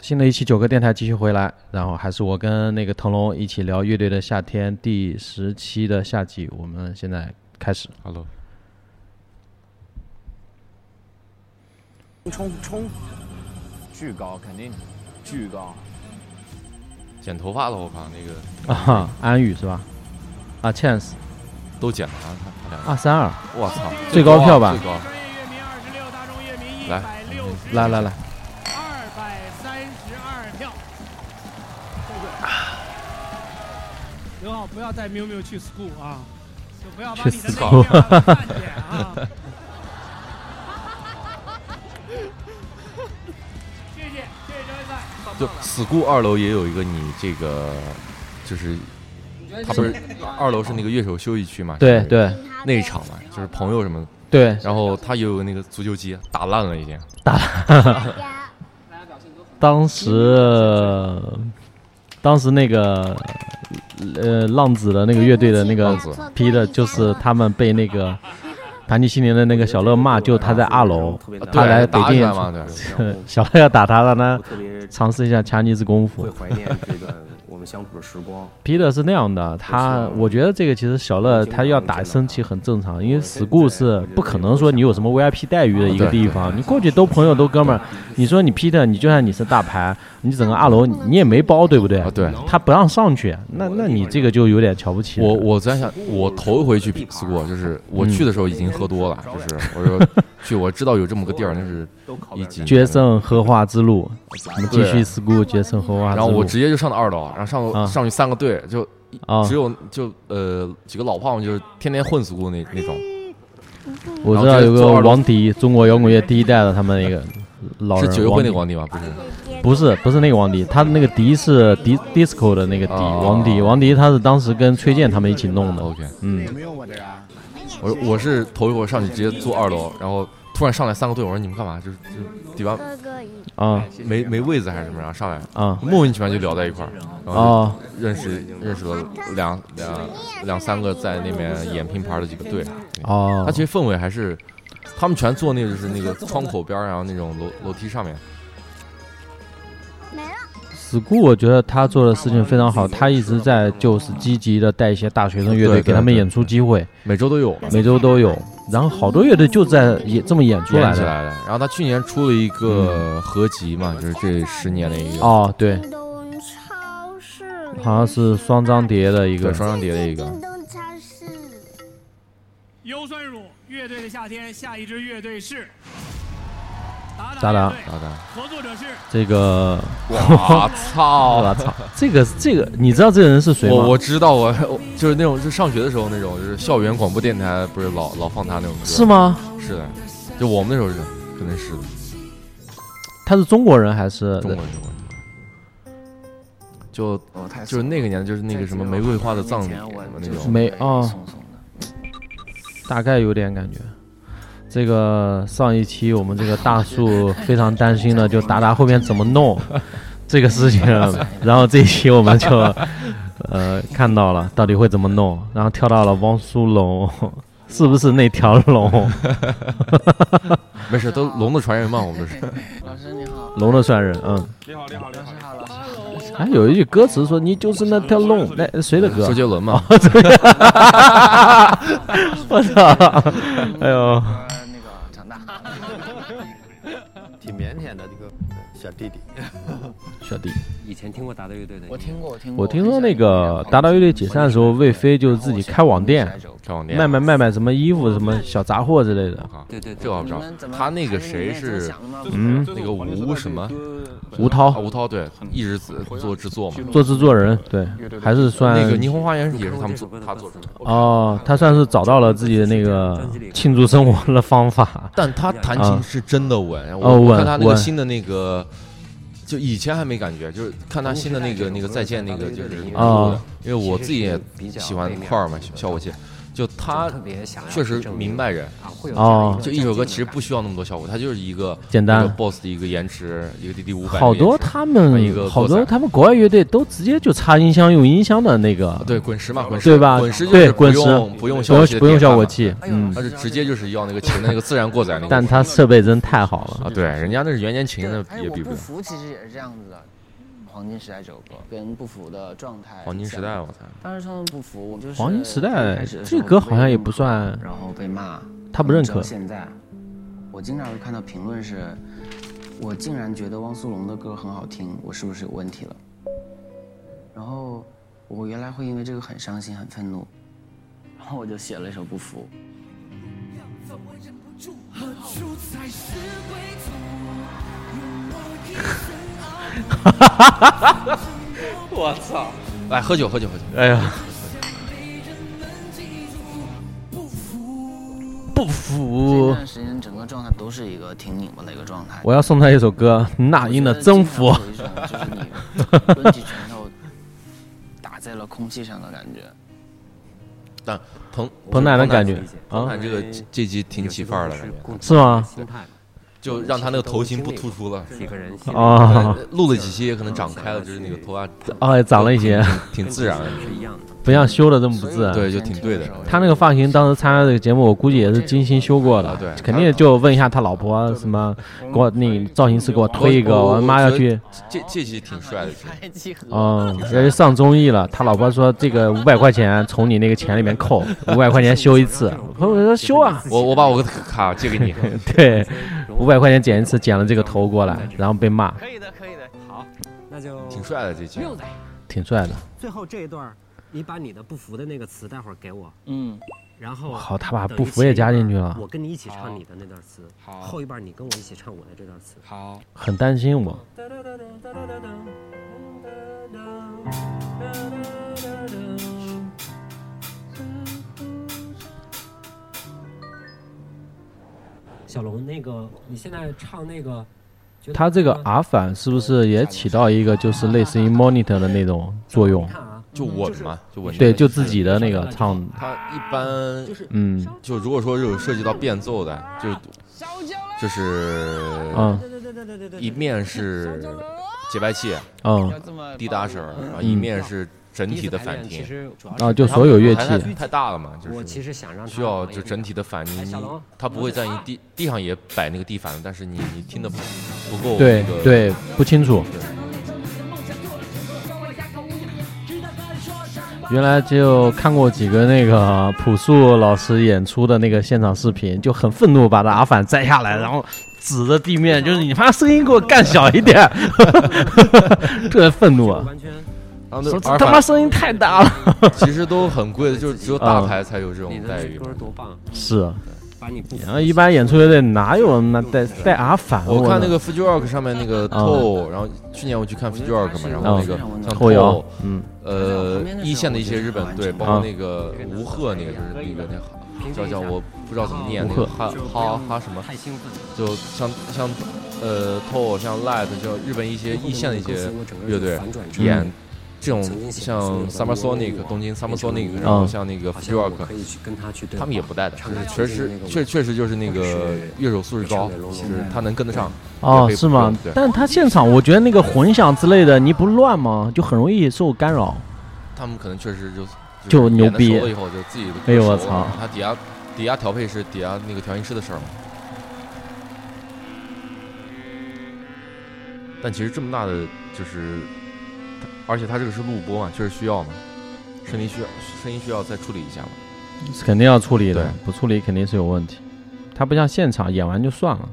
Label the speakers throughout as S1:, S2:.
S1: 新的一期九个电台继续回来，然后还是我跟那个腾龙一起聊乐队的夏天第十期的夏季，我们现在开始。
S2: Hello，
S3: 冲冲，巨高肯定，巨高。
S2: 剪头发了，我靠，那个
S1: 啊哈，安宇是吧？啊，Chance
S2: 都剪了啊，他他俩，
S1: 二三二，
S2: 我操，
S1: 最高票吧
S2: 最高，来
S1: 来来来，
S4: 二百三十二票。刘好，不要带喵喵去 school 啊，就不要把
S1: 去
S4: 你的
S1: school
S4: 那个让他看见啊。谢谢，谢谢张一赛，棒
S2: 就
S4: 棒了
S2: school 二楼也有一个你这个，就是他不是二楼是那个乐手休息区嘛？
S1: 对
S2: 就是
S1: 对
S2: 那一场嘛，就是朋友什么的，
S1: 对，
S2: 然后他也有那个足球机，打烂了已经。
S1: 当时呃当时那个呃浪子的那个乐队的那个
S2: 浪子
S1: 批的，就是他们被那个盘尼西林的那个小乐骂，就他在二楼，他
S2: 对
S1: 来北
S2: 打
S1: 京演
S2: 来
S1: 出
S2: 嘛，对，
S1: 呃 小乐要打他，让他
S5: 我特别
S1: 尝试一下强尼之功夫
S5: 会。怀念这段我们相处的时光。
S1: 皮特是那样的，
S2: 啊
S1: 他我觉得这个其实小乐他要打生气很正常，因为 school 是不可能说你有什么 VIP 待遇的一个地方，你过去都朋友都哥们儿，你说你 Peter，你就算你是大牌，你整个二楼你你也没包，对不对？
S2: 啊对
S1: 他不让上去，那那你这个就有点瞧不起人
S2: 我我在想，我头一回去 school，就是我去的时候已经喝多了，
S1: 嗯
S2: 就是我说去，我知道有这么个地儿，那是一几年
S1: 决胜荷花之路，我们继续
S2: 对
S1: school 决胜荷花之
S2: 然
S1: 路。
S2: 后我直接就上到二楼，然后上
S1: 啊
S2: 到上去三个队，就
S1: 啊
S2: 只，有就呃几个老胖子，就是天天混 school 那那种，
S1: 我知道有个王迪，中国摇滚乐第一代的他们那个老
S2: 是
S1: 人
S2: 九月
S1: 王
S2: 会那
S1: 迪
S2: 个王迪吗？不是，
S1: 不是不是那个王迪，他那个迪是迪 disco 的那个迪，
S2: 哦
S1: 王迪王迪他是当时跟崔健他们一起弄的，
S2: OK，
S1: 嗯，
S2: 我我是头一回上去直接坐二楼，然后突然上来三个队，我说你们干嘛？就是就底方
S1: 啊
S2: 没没位子还是什么，然后上来
S1: 啊
S2: 莫名其妙就聊在一块儿，然后
S1: 啊
S2: 就认识认识了两两两三个在那边演拼盘的几个队，
S1: 哦
S2: 他，其实氛围还是。他们全坐那个就是那个窗口边儿，然后那种楼楼梯上面，
S1: 死固我觉得他做的事情非常好，他一直在就是积极的带一些大学生
S2: 对
S1: 乐队
S2: 对
S1: 给他们
S2: 对
S1: 演出机会，
S2: 每周都有。
S1: 每周都有，然后好多乐队就在也这么演出来
S2: 起
S1: 的，嗯
S2: 来的。然后他去年出了一个合集嘛，就是这十年的一个
S1: 哦对，
S6: 超市
S1: 好像是双张碟的一
S2: 对
S1: 个，
S2: 双张碟的一个。
S6: 叮咚超市，
S4: 优酸乳乐队的夏天，下一支乐队是达
S1: 达达
S4: 乐队
S2: 好的，
S4: 合作者是
S1: 这个
S2: 我操！
S1: 我操，这个这个你知道这个人是谁吗？
S2: 我我知道，我我就是那种就上学的时候那种，就是校园广播电台不是老老放他那种歌，
S1: 是？吗？
S2: 是的，就我们那时候是，可能是
S1: 他是中国人还是
S2: 中国人中国人。就就是那个年代，就是那个什么玫瑰花的葬礼什么那种，
S1: 没哦，大概有点感觉。这个上一期我们这个大树非常担心的，就达达后面怎 么弄这个事情，然后这一期我们就 呃看到了到底会怎么弄，然后跳到了汪苏泷， 是不是那条龙？
S2: 没事，都龙的传人嘛，我们是。
S1: 龙的算人，嗯。你好，你好，你好，哎，有一句歌词说你就是那条龙，那谁的歌？
S2: 嗯
S1: 哦
S2: 周杰伦 嘛，
S1: 我操！哎呦，
S7: 挺腼腆的这个小弟弟。
S1: 小弟。
S5: 以前听过达达乐队的，
S7: 听过，我听
S1: 我听说那个达达乐队解散的时候，魏飞就自己开网店，
S2: 开网店
S1: 卖卖卖卖什么衣服、什么小杂货之类的。
S2: 啊，
S5: 对对对
S2: 这个我不知道。他那个谁是
S1: 嗯，
S2: 那个吴什么？
S1: 吴
S2: 啊，
S1: 涛
S2: 吴涛对，一直做制作嘛。
S1: 做制作人，对，还是算
S2: 那个《霓虹花园》也是他们做，他做出来的。
S1: 哦，他算是找到了自己的那个庆祝生活的方法。啊
S2: 但他弹琴是真的稳，我
S1: 哦
S2: 我
S1: 稳
S2: 看他那个
S1: 稳
S2: 新的那个，就以前还没感觉，就是看他新的那个那个再见那个就是
S1: 啊
S2: 因为我自己也喜欢块儿嘛，效果器，就他
S5: 特别想要
S2: 确实
S5: 去证明
S2: 明白人，
S5: 啊，会有这样
S1: 哦
S5: 个
S2: 就一首歌其实不需要那么多效果，它就是一个
S1: 简单
S2: 一个 BOSS 的一个延迟，一个 DD 五百，
S1: 好多他
S2: 一个
S1: 们
S2: 做
S1: 好多
S2: 伞
S1: 他们国外乐队都直接就插音箱用音箱的那个，
S2: 对滚石嘛，滚石
S1: 对吧？
S2: 滚石就
S1: 对
S2: 是
S1: 滚石
S2: 不用不用
S1: 不
S2: 效果
S1: 用
S2: 器的
S1: 不用
S2: 点
S1: 效
S2: 发
S1: 果
S2: 嘛，
S1: 器，嗯，
S2: 它是直接就是要那个琴的那个自然过载那个，
S1: 但它设备真太好了。
S2: 啊，对，人家那是原年琴的
S8: 而且
S2: 也
S8: 我
S2: 比不
S8: 不
S2: 了
S8: 服，其实也是这样子的。黄金时代这首歌跟不服的状态，
S2: 黄金时代，我操，
S8: 当时唱的不服，我就是
S1: 黄金时
S8: 最
S1: 代
S8: 开始的时
S1: 这
S8: 候
S1: 歌
S8: 我
S1: 好像
S8: 被
S1: 也
S8: 骂
S1: 不算，
S8: 然后被骂，
S1: 他不认可
S8: 直到现在，我经常会看到评论是，我竟然觉得汪苏泷的歌很好听，我是不是有问题了？然后我原来会因为这个很伤心、很愤怒，然后我就写了一首《不服》。
S2: 来喝酒喝酒喝酒，
S1: 哎呀，不
S8: 这
S1: 服！
S8: 段时间整个状态都是一个挺拧巴的一个状态。
S1: 我要送他一首歌，那英的《征服》。
S8: 我觉得经常会有一种就是你抡起拳头打在了空气上的感觉。
S2: 但彭
S1: 彭坦的感觉
S2: 彭
S1: 啊
S2: 坦，这个这这集挺起范儿的感觉，啊
S1: 是吗？
S5: 心态嘛
S2: 就让他那个头型不突出了。
S5: 几个人心里
S1: 啊，
S2: 录了几期也可能长开了，就是那个头发
S1: 哎，长了一些，
S2: 挺自然的。
S5: 是一样的。
S1: 不像修的这么不自然。
S2: 对就挺对的
S1: 他那个发型，当时参加这个节目，我估计也是精心修过的。
S2: 啊对
S1: 肯定就问一下他老婆啊什么，给我那造型师给我推一个，
S2: 我
S1: 我妈要去，
S2: 这这期挺帅的，
S1: 嗯，要去上综艺了。他老婆说这个五百块钱从你那个钱里面扣，五百块钱修一 次。我说修啊，
S2: 我我把我的卡借给你，
S1: 对，五百块钱剪一次，剪了这个头过来，然后被骂，
S5: 可以的，可以的。好，那就
S2: 挺帅的这期。
S5: 六仔。
S1: 挺帅的。
S5: 最后这一段儿，你把你的不服的那个词待会儿给我，
S8: 嗯，
S5: 然后
S1: 好他把
S5: 等
S1: 不
S5: 于
S1: 服
S5: 前
S1: 也
S5: 一
S1: 加
S5: 半
S1: 进
S5: 儿
S1: 去了
S5: 我跟你一起唱你的那段词，后一半儿你跟我一起唱我的这段词。
S3: 好，
S1: 很担心我，
S5: 小龙，那个你现在唱那个，觉得
S1: 他这个
S5: 吗
S1: R 反是不是也起到一个就是类似于 monitor 的那种作用
S5: 你？看啊，
S2: 嗯就稳嘛，就稳。
S1: 对，就自己的那个唱，
S2: 他一般
S1: 嗯
S2: 就啊如果说有涉及到变奏的，就就是啊
S1: 嗯
S2: 一面是节拍器、
S1: 嗯，
S2: 滴答声，然后一面是整体的反
S5: 其
S2: 应。
S5: 实主要
S1: 啊，就所有乐器
S2: 太太大了嘛，就
S5: 我其实
S2: 是
S5: 想让他
S2: 需要
S5: 忙一
S2: 就
S5: 点
S2: 整体的反
S5: 哎小
S2: 应
S5: 龙，
S2: 它不会在你地地上也摆那个地反的，但是你你听的不够
S1: 对
S2: 那个
S1: 对不清楚。原来就看过几个那个朴树老师演出的那个现场视频，就很愤怒，把这 R 反摘下来，然后指着地面，就是你把声音给我干小一 点，特别愤怒啊！
S5: 完全
S2: 然后
S1: 说
S2: 那
S1: 这
S2: 耳
S1: 他妈
S2: 返
S1: 声音太大了。
S2: 其实都 很贵的，就是只有大牌才有这
S5: 啊你
S2: 种待
S5: 的
S2: 遇嘛
S5: 歌。多棒，
S1: 是，啊
S5: 把你不
S2: 啊
S5: 服
S1: 然后一般演出乐队哪有那带带 R 反？
S2: 我看那个 Fuji Rock 上面那个
S1: 啊
S2: Toe，然后去年我去看 Fuji Rock 嘛，然后那个
S8: 嗯
S2: 像
S1: 后摇
S2: Toe，，
S1: 嗯，
S2: 呃，一线的一些日本队，包括
S1: 啊
S2: 那个吴赫那个就是那个那叫叫我不知道怎么念
S1: 吴
S2: 那
S1: 赫
S2: 个哈哈哈什么，
S5: 太兴奋了。
S2: 就像像呃 Toe 像 Light 就日本一些一线的一些乐队
S1: 嗯
S2: 演这种像嗯 Summer Sonic 东京 Summer Sonic，然后像那个
S5: 好
S2: Fuji
S5: 像我
S2: Rock
S5: 可。以去跟他去对话，
S2: 他们也不带的，就是
S5: 唱
S2: 确实确确实就是那个乐手素质高，
S5: 我是
S2: 就是他能跟得上。
S1: 哦
S2: 也，被
S1: 是吗
S2: 对？
S1: 但他现场，我觉得那个混响之类的，你不乱吗？就很容易受干扰。
S2: 他们可能确实就
S1: 就是牛逼
S2: 演得熟了以后就自己的歌
S1: 哎呦我
S2: 熟了
S1: 操
S2: 他底下底下调配是底下那个调音师的事儿嘛。但其实这么大的就是，而且他这个是录播嘛，确实需要嘛，声音需要声音需要再处理一下嘛。
S1: 是肯定要处理的
S2: 对，
S1: 不处理肯定是有问题。它不像现场演完就算了。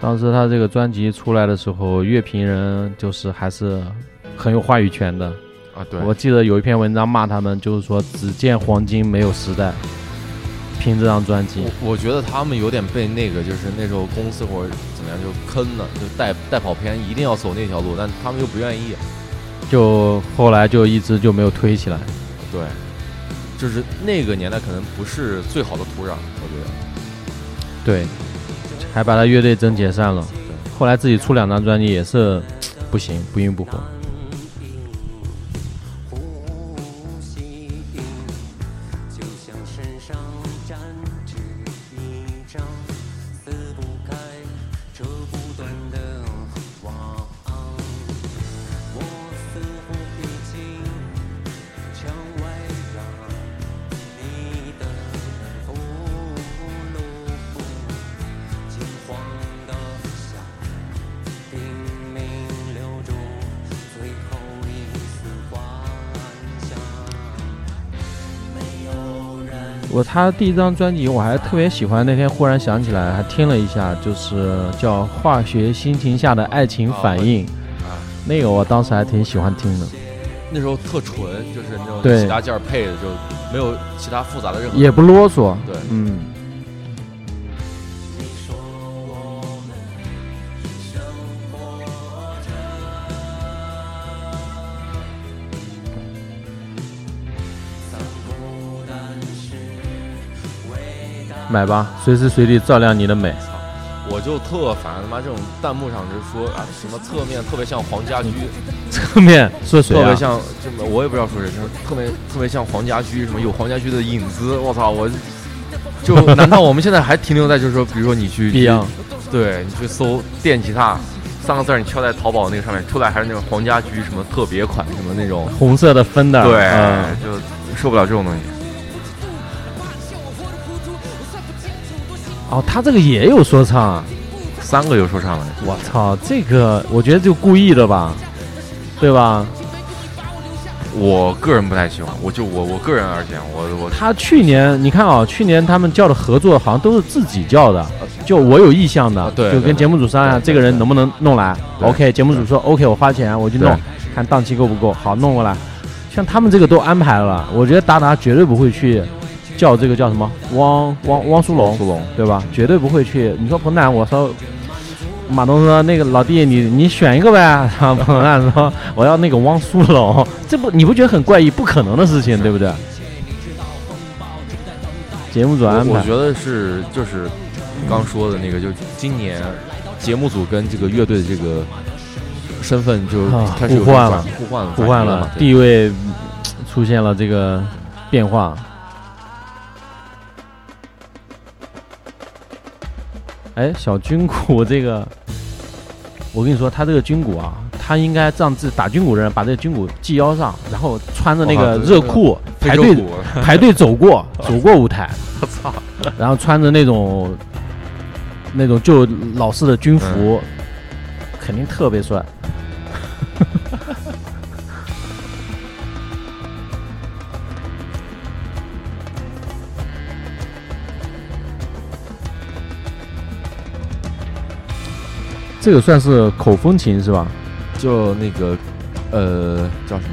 S1: 当时他这个专辑出来的时候，乐评人就是还是很有话语权的。
S2: 啊，对，
S1: 我记得有一篇文章骂他们，就是说只见黄金没有时代，凭这张专辑。
S2: 我我觉得他们有点被那个，就是那时候公司或者怎么样就坑了，就带带跑偏，一定要走那条路，但他们又不愿意。嗯
S1: 就后来就一直就没有推起来。
S2: 对，就是那个年代可能不是最好的土壤，我觉得。
S1: 对，还把他乐队真解散了。后来自己出两张专辑也是不行，不温不火。我他第一张专辑我还特别喜欢，那天忽然想起来还听了一下，就是叫《化学心情下的爱情反应》，
S2: 啊，
S1: 那个我当时还挺喜欢听的，
S2: 那时候特纯，就是那种
S1: 对
S2: 其他件儿配的，就没有其他复杂的任何。
S1: 也不啰嗦。
S2: 对
S1: 嗯。买吧，随时随地照亮你的美。
S2: 我就特烦他妈这种弹幕上就说啊什么侧面特别像黄家驹，
S1: 侧面说谁
S2: 特别
S1: 啊？
S2: 像这么我也不知道说谁，就是特别特别像黄家驹，什么有黄家驹的影子，我操我。就 难道我们现在还停留在就是说，比如说你去
S1: Beyond
S2: 对你去搜电吉他三个字儿，你敲在淘宝那个上面，出来还是那种黄家驹什么特别款什么那种，
S1: 红色的分的，
S2: 对，
S1: 嗯
S2: 就受不了这种东西。
S1: 哦，他这个也有说唱啊。
S2: 三个有说唱了，
S1: 我操，这个我觉得就故意的吧，对吧？
S2: 我个人不太喜欢，我就我我个人而言，我我
S1: 他去年你看啊、去年他们叫的合作好像都是自己叫的，就我有意向的，
S2: 啊对
S1: 就
S2: 对
S1: 跟节目组商量
S2: 对
S1: 这个人能不能弄来。
S2: 对
S1: OK，节目组说 OK，我花钱我去弄
S2: 对，
S1: 看档期够不够，好弄过来。像他们这个都安排了，我觉得达达绝对不会去叫这个叫什么汪汪汪苏泷，
S2: 苏龙
S1: 对吧？绝对不会去。你说彭坦，我说马东说那个老弟，你你选一个呗。 然后彭坦说我要那个汪苏泷，这不你不觉得很怪异、不可能的事情，对不对？节目组安
S2: 我
S1: 排
S2: 觉，得是就是刚说的那个，就今年节目组跟这个乐队的这个身份就
S1: 啊
S2: 开始有
S1: 互换了
S2: 转互换了，
S1: 互
S2: 转
S1: 换
S2: 移了
S1: 了
S2: 嘛，对
S1: 地位嗯出现了这个变化。哎，小军鼓这个，我跟你说，他这个军鼓啊，他应该这样子打军鼓的人把这个军鼓系腰上，然后穿着那
S2: 哇
S1: 个
S2: 哦对
S1: 热裤排
S2: 非洲
S1: 队
S2: 鼓
S1: 排队 走过，走过舞台，我 操！然后穿着那种那种旧老式的军服，肯定特别帅。 这个算是口风琴是吧？
S2: 就那个呃叫什么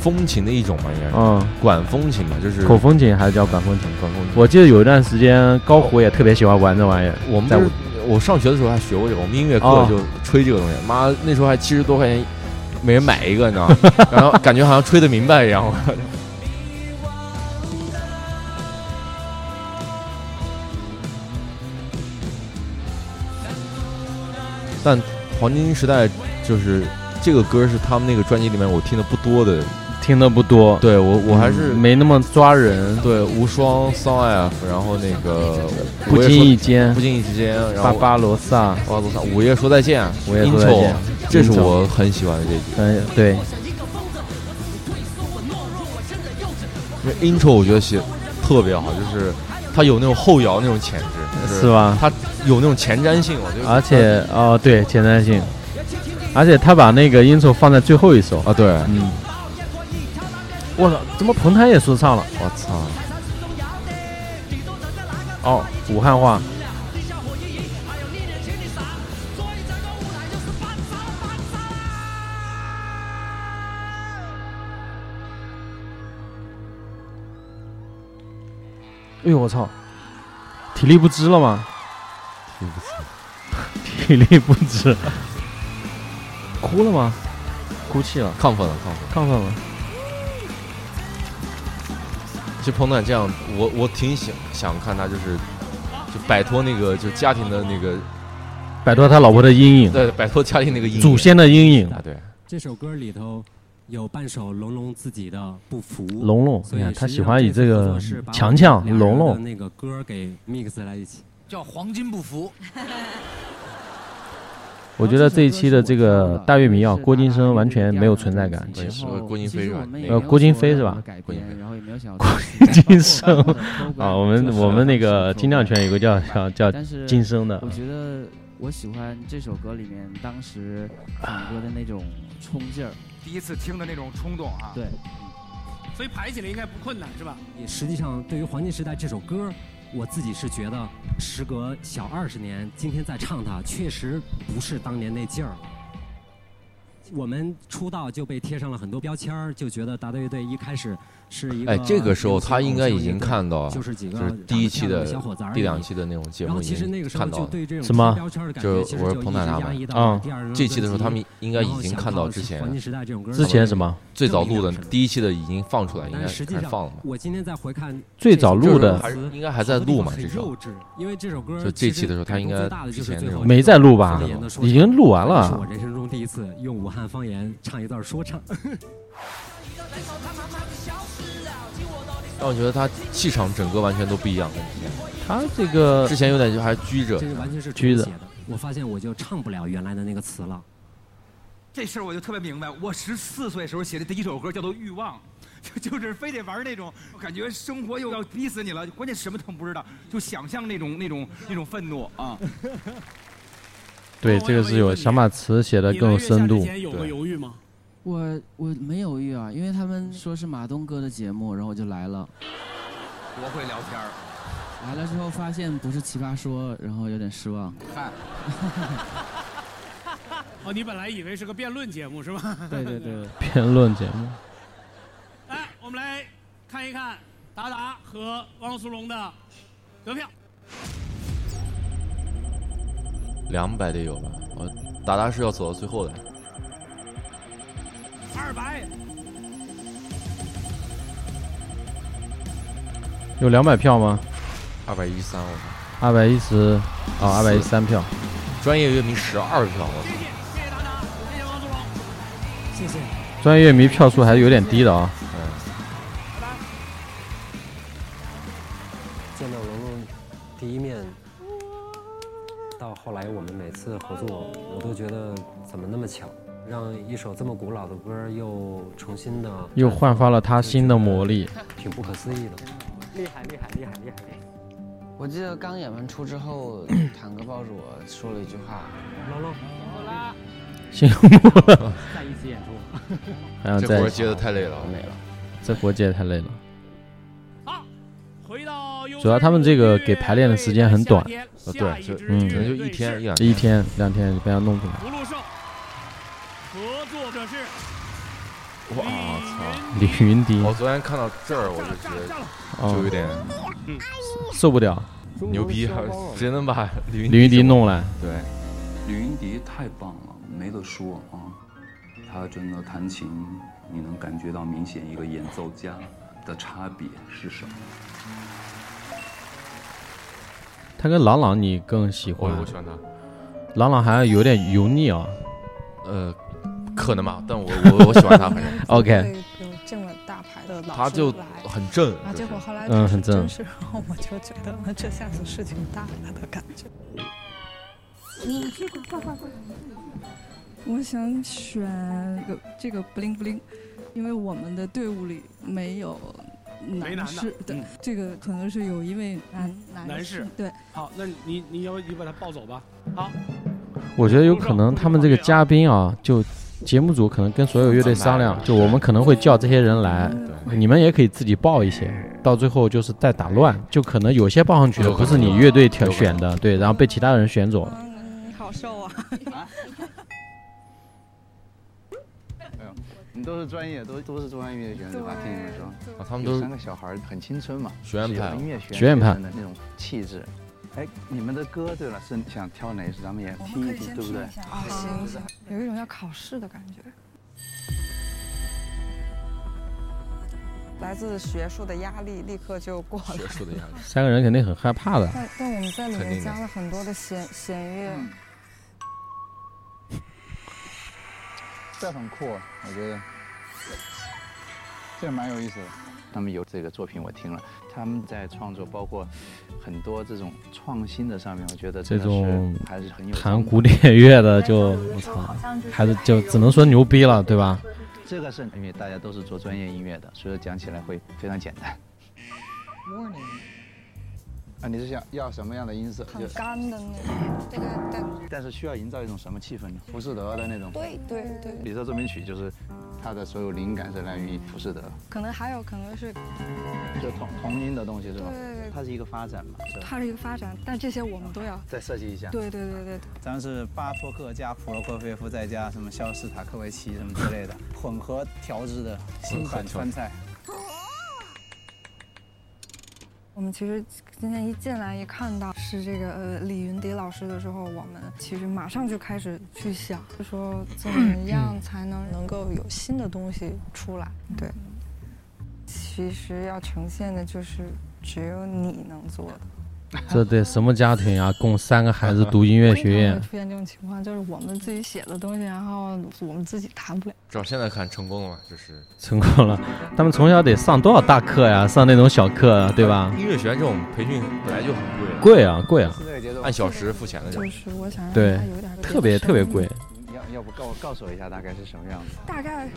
S2: 风琴的一种嘛，应该是
S1: 嗯，
S2: 管风琴嘛，就是
S1: 口风琴还是叫管风琴？
S2: 管风琴。
S1: 我记得有一段时间，高虎也特别喜欢玩这玩意儿。
S2: 我们
S1: 在
S2: 不
S1: 我
S2: 是我上学的时候还学过这个，我们音乐课
S1: 哦
S2: 就吹这个东西，妈那时候还七十多块钱，每人买一个，你知道 吗？然后感觉好像吹的明白一样。 但黄金时代就是这个歌是他们那个专辑里面我听的不多的，
S1: 听的不多，
S2: 对我我还是、
S1: 嗯没那么抓人，
S2: 对无双 Song F，然后那个
S1: 不经意间
S2: 不，经意之间，然
S1: 巴
S2: 后
S1: 巴罗萨，
S2: 哇，我操！午夜说再见，
S1: 午夜说再见
S2: Intro，这是我很喜欢的这句。
S1: 嗯，对，
S2: 因为 intro 我觉得写特别好，就是它有那种后摇那种潜质，就是
S1: 吧
S2: 它有那种前瞻性，我觉得。呃
S1: 而且
S2: 啊
S1: 哦，对，前瞻性，而且他把那个 intro 放在最后一首，
S2: 啊，对，
S1: 嗯，我操，怎么彭坦也说唱了？
S2: 我操，
S1: 哦，武汉话，哎呦我操，体力不支了吗？体力不支， 哭了吗？哭泣了，
S2: 亢奋了，亢奋了。
S1: 亢奋了。
S2: 就彭坦这样，我我挺想想看他就是就摆脱那个就家庭的那个
S1: 摆脱他老婆的阴影，
S2: 对摆脱家庭那个阴影
S1: 祖先的阴影。
S2: 啊对，
S5: 这首歌里头有半首龙龙自己的不服，
S1: 龙龙，
S5: 所
S1: 你
S5: 以
S1: 看他
S5: 实际
S1: 喜
S5: 上
S1: 欢以
S5: 这
S1: 这
S5: 次合
S1: 个
S5: 作是把
S1: 强强
S5: 两人
S1: 龙
S5: 的
S1: 龙
S5: 那个歌给 mix 在一起。
S9: 叫黄金不服，
S1: 我觉得这一期的这个大乐迷啊，郭晋生完全没有存在感。
S2: 哦其实郭京飞是吧
S1: 呃郭京飞是吧？
S2: 郭京飞
S9: 然后也没有 想
S1: 郭晋生 啊，我们我们那个金匠圈有个叫叫叫
S9: 但是
S1: 晋生的
S9: 我，觉得我喜欢这首歌里面当时唱歌的那种冲劲儿，
S10: 第一次听的那种冲动啊。
S9: 对，
S4: 所以排起来应该不困难是吧？
S5: 也实际上，对于《黄金时代》这首歌，我自己是觉得，时隔小二十年，今天再唱它，确实不是当年那劲儿了。我们出道就被贴上了很多标签儿，就觉得达达乐队一开始是一个
S2: 哎，
S5: 流行偶像乐队。
S2: 这个时候他应该已经看到
S5: 就是几个
S2: 就是第一期
S5: 长得漂亮
S2: 的
S5: 的小伙子而已啊
S2: 第两期的那种节
S5: 然
S2: 目
S5: 后
S2: 已
S5: 其实那个
S2: 经
S5: 时候
S2: 看到
S5: 就
S2: 了。
S5: 对这种
S1: 是吗
S5: 贴标签儿的感
S2: 就
S5: 觉，
S2: 是
S5: 其实
S2: 我是
S5: 就一
S2: 彭
S5: 直
S2: 坦他们
S5: 压抑
S1: 啊
S5: 到第二张专辑。
S2: 这期的时候，他们应该已经看
S5: 然后想
S2: 到之
S5: 到是《黄
S2: 前
S5: 金时代》这种歌，
S1: 之前什么
S2: 最早录的第一期的已经放出来，啊应
S5: 但
S2: 该
S5: 是
S2: 是
S5: 实际
S2: 开始
S5: 上，
S2: 放了嘛。嗯
S5: 我今天再回看
S1: 最早录的
S2: 还是应该还在录嘛？这
S5: 这
S2: 首
S5: 首歌很幼稚因为这首歌
S2: 就这期的时候他应该
S5: 之
S2: 之前那种
S1: 没在录吧
S2: 是吗？
S1: 已经录完
S5: 是我
S1: 了。
S5: 人生中第一次用武汉方言唱一段说唱，
S2: 让我觉得他气场整个完全都不一样，跟之前
S1: 他这个
S2: 之前有点就还拘着
S5: 这，是完全是
S1: 橘
S5: 重
S1: 子
S5: 写的。我发现我就唱不了原来的那个词了。
S10: 这事儿我就特别明白。我十四岁时候写的第一首歌叫做《欲望》，就就是非得玩那种感觉生活又要逼死你了，关键什么都不知道，就想象那种那种那种愤怒啊。
S1: 对这个是有想把词写的
S4: 你
S1: 更有
S4: 来月下
S1: 深
S4: 之
S1: 度。
S4: 前有过
S2: 对
S4: 犹豫吗？
S9: 我我没犹豫啊，因为他们说是马东哥的节目，然后我就来了。
S10: 多会聊天儿，
S9: 来了之后发现不是奇葩说，然后有点失望。
S10: 嗨，
S4: 哦，你本来以为是个辩论节目是吧？
S9: 对对对，
S1: 辩论节目，
S4: 来，我们来看一看达达和汪苏泷的得票。
S2: 两百得有吧？我达达是要走到最后的，
S4: 二百，
S1: 有两百票吗？
S2: 二百一十三，我操！
S1: 二百一十啊，二百一十三票。
S2: 专业乐迷十二票，我
S4: 谢
S2: 操！
S4: 谢谢谢达达，谢谢汪苏泷。
S5: 谢谢。
S1: 专业乐迷票数还是有点低的啊。
S5: 见到龙龙第一面，到后来我们每次合作，我都觉得怎么那么巧，让一首这么古老的歌又重新的
S1: 又焕发了他新的魔力。
S5: 挺不可思议的。厉害厉害厉害厉害！
S8: 我记得刚演完出之后，坦哥抱着我说了一句话，
S5: 龙龙，
S1: 羡慕了，
S5: 在一起演出。
S1: 还想
S2: 这活
S1: 再
S2: 儿接的太累了，
S8: 没了。
S1: 这活接太累了。
S4: 好，回到优
S1: 主要他们这个给排练的时间很短
S4: 呃
S2: 对就
S1: 嗯
S2: 可能就一天一两
S1: 这
S2: 天。
S1: 一天两天就被他弄出来。
S4: 福禄寿，合作者是
S2: 我
S1: 嗯
S2: 操！
S1: 李云迪
S2: 我哦昨天看到这儿，我就觉得
S4: 炸了，
S2: 就有
S1: 哦，
S2: 点
S4: 嗯
S1: 受不了，
S2: 牛逼，谁能把李云
S1: 李云迪弄来，
S2: 对，
S11: 李云迪太棒了，没得说啊！他真的弹琴，你能感觉到明显一个演奏家的差别是什么？
S1: 他跟郎朗你更喜
S2: 我
S1: 欢？
S2: 哦我喜欢他。
S1: 郎朗还有点油腻啊。
S2: 呃，可能吧，但我我我喜欢他，反正
S1: OK，
S6: 有这么大牌的
S2: 他就很正。
S6: 啊，
S2: 就
S6: 结
S2: 是
S6: 果后来
S1: 嗯很正
S6: 真是，然后我就觉得那这下子事情大了的感觉。你屁股放放放。 我想选个这个 bling bling，因为我们的队伍里没有
S4: 没男
S6: 男
S4: 的
S6: 士，对
S4: 嗯，
S6: 这个可能是有一位男
S4: 男
S6: 男
S4: 士
S6: 士，对，
S4: 好，那你你要你把他抱走吧。好，
S1: 我觉得有可能他们这个嘉宾啊，就节目组可能跟所有乐队商量，就我们可能会叫这些人来，
S12: 嗯
S1: 你们也可以自己报一些，到最后就是再打乱，就可能有些报上去的不是你乐队挑选的，对，然后被其他人选走了。
S6: 嗯，好瘦啊，
S7: 你都是专业，都都是专业选手吧？听你们说，
S2: 啊他们都
S7: 有
S2: 是
S7: 三个小孩儿很青春嘛，
S2: 学院
S7: 是有
S2: 派啊
S7: 音乐学
S1: 学院派
S7: 的那种气质。哎，你们的歌，对了，是想挑哪一首？咱们也听一听，对不对？
S6: 啊，行行，有一种要考试的感觉。
S12: 来自学术的压力立刻就过来了。
S2: 学术的压力，
S1: 三个人肯定很害怕的。
S12: 但但我们在里
S1: 肯定
S12: 面
S1: 的
S12: 加了很多的弦弦乐，
S7: 这很酷，我觉得这蛮有意思的。他们有这个作品，我听了，他们在创作，包括很多这种创新的上面，我觉得
S1: 这
S7: 真的是
S1: 种
S7: 还是很有
S1: 弹古典乐的就我操，还是就只能说牛逼了，对吧？
S7: 这个是因为大家都是做专业音乐的，所以讲起来会非常简单。
S12: 嗯
S7: 啊，你是想要什么样的音色？
S12: 很
S7: 就
S12: 干的那种。这个但
S7: 但是需要营造一种什么气氛呢？浮士德的那种。
S12: 对对对，
S7: 比如说奏鸣曲就是它的所有灵感是来源于浮士德，
S12: 可能还有可能是
S7: 就同同音的东西是吧？
S12: 对对对
S7: 它是一个发展嘛，是吧？
S12: 它是一个发展，但这些我们都要。
S7: 再设计一下。
S12: 对对对对，
S13: 咱们是巴托克加普罗科菲耶夫再加什么肖斯塔科维奇什么之 类的混合调制的新
S12: 混合
S13: 版
S12: 调
S13: 川菜。
S12: 我们其实今天一进来一看到是这个呃李云迪老师的时候，我们其实马上就开始去想，就说怎么
S1: 嗯
S12: 样才能能够有新的东西出来。对，其实要呈现的就是只有你能做的。
S1: 这得什么家庭啊？供三个孩子读音乐学
S12: 会
S1: 院，
S12: 出现这种情况，就是我们自己写的东西，然后我们自己弹不了。
S2: 照现在看成功了吗？就是
S1: 成功了。他们从小得上多少大课呀？ 上那种小课啊，对吧？
S2: 音乐学院这种培训本来就很贵了，
S1: 贵啊贵啊
S2: 按小时付钱的这
S12: 就
S2: 种。
S12: 是我想让
S1: 对
S12: 它有点，
S1: 特别特别 贵。
S7: 要要不告告诉我一下大概是什么样子？
S12: 大概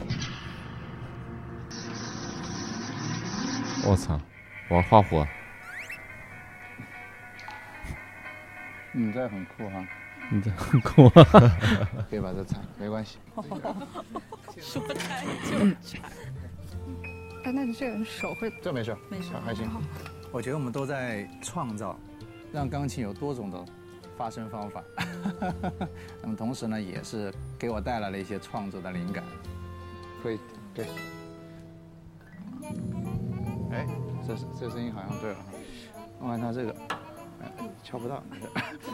S2: 我操，玩花火，
S7: 你嗯这很酷 哈，
S1: 你这很酷。啊
S7: 可以把这拆，没关系。
S12: 说拆
S1: 嗯
S12: 就拆。哎，那你这个人手会
S7: 这没事，
S12: 没事
S7: 还行。
S13: 我觉得我们都在创造，让钢琴有多种的发声方法。 那么同时呢，也是给我带来了一些创作的灵感。
S7: 可以，对。哎，这是这声音好像对了哈。我看它这个，哎敲不到。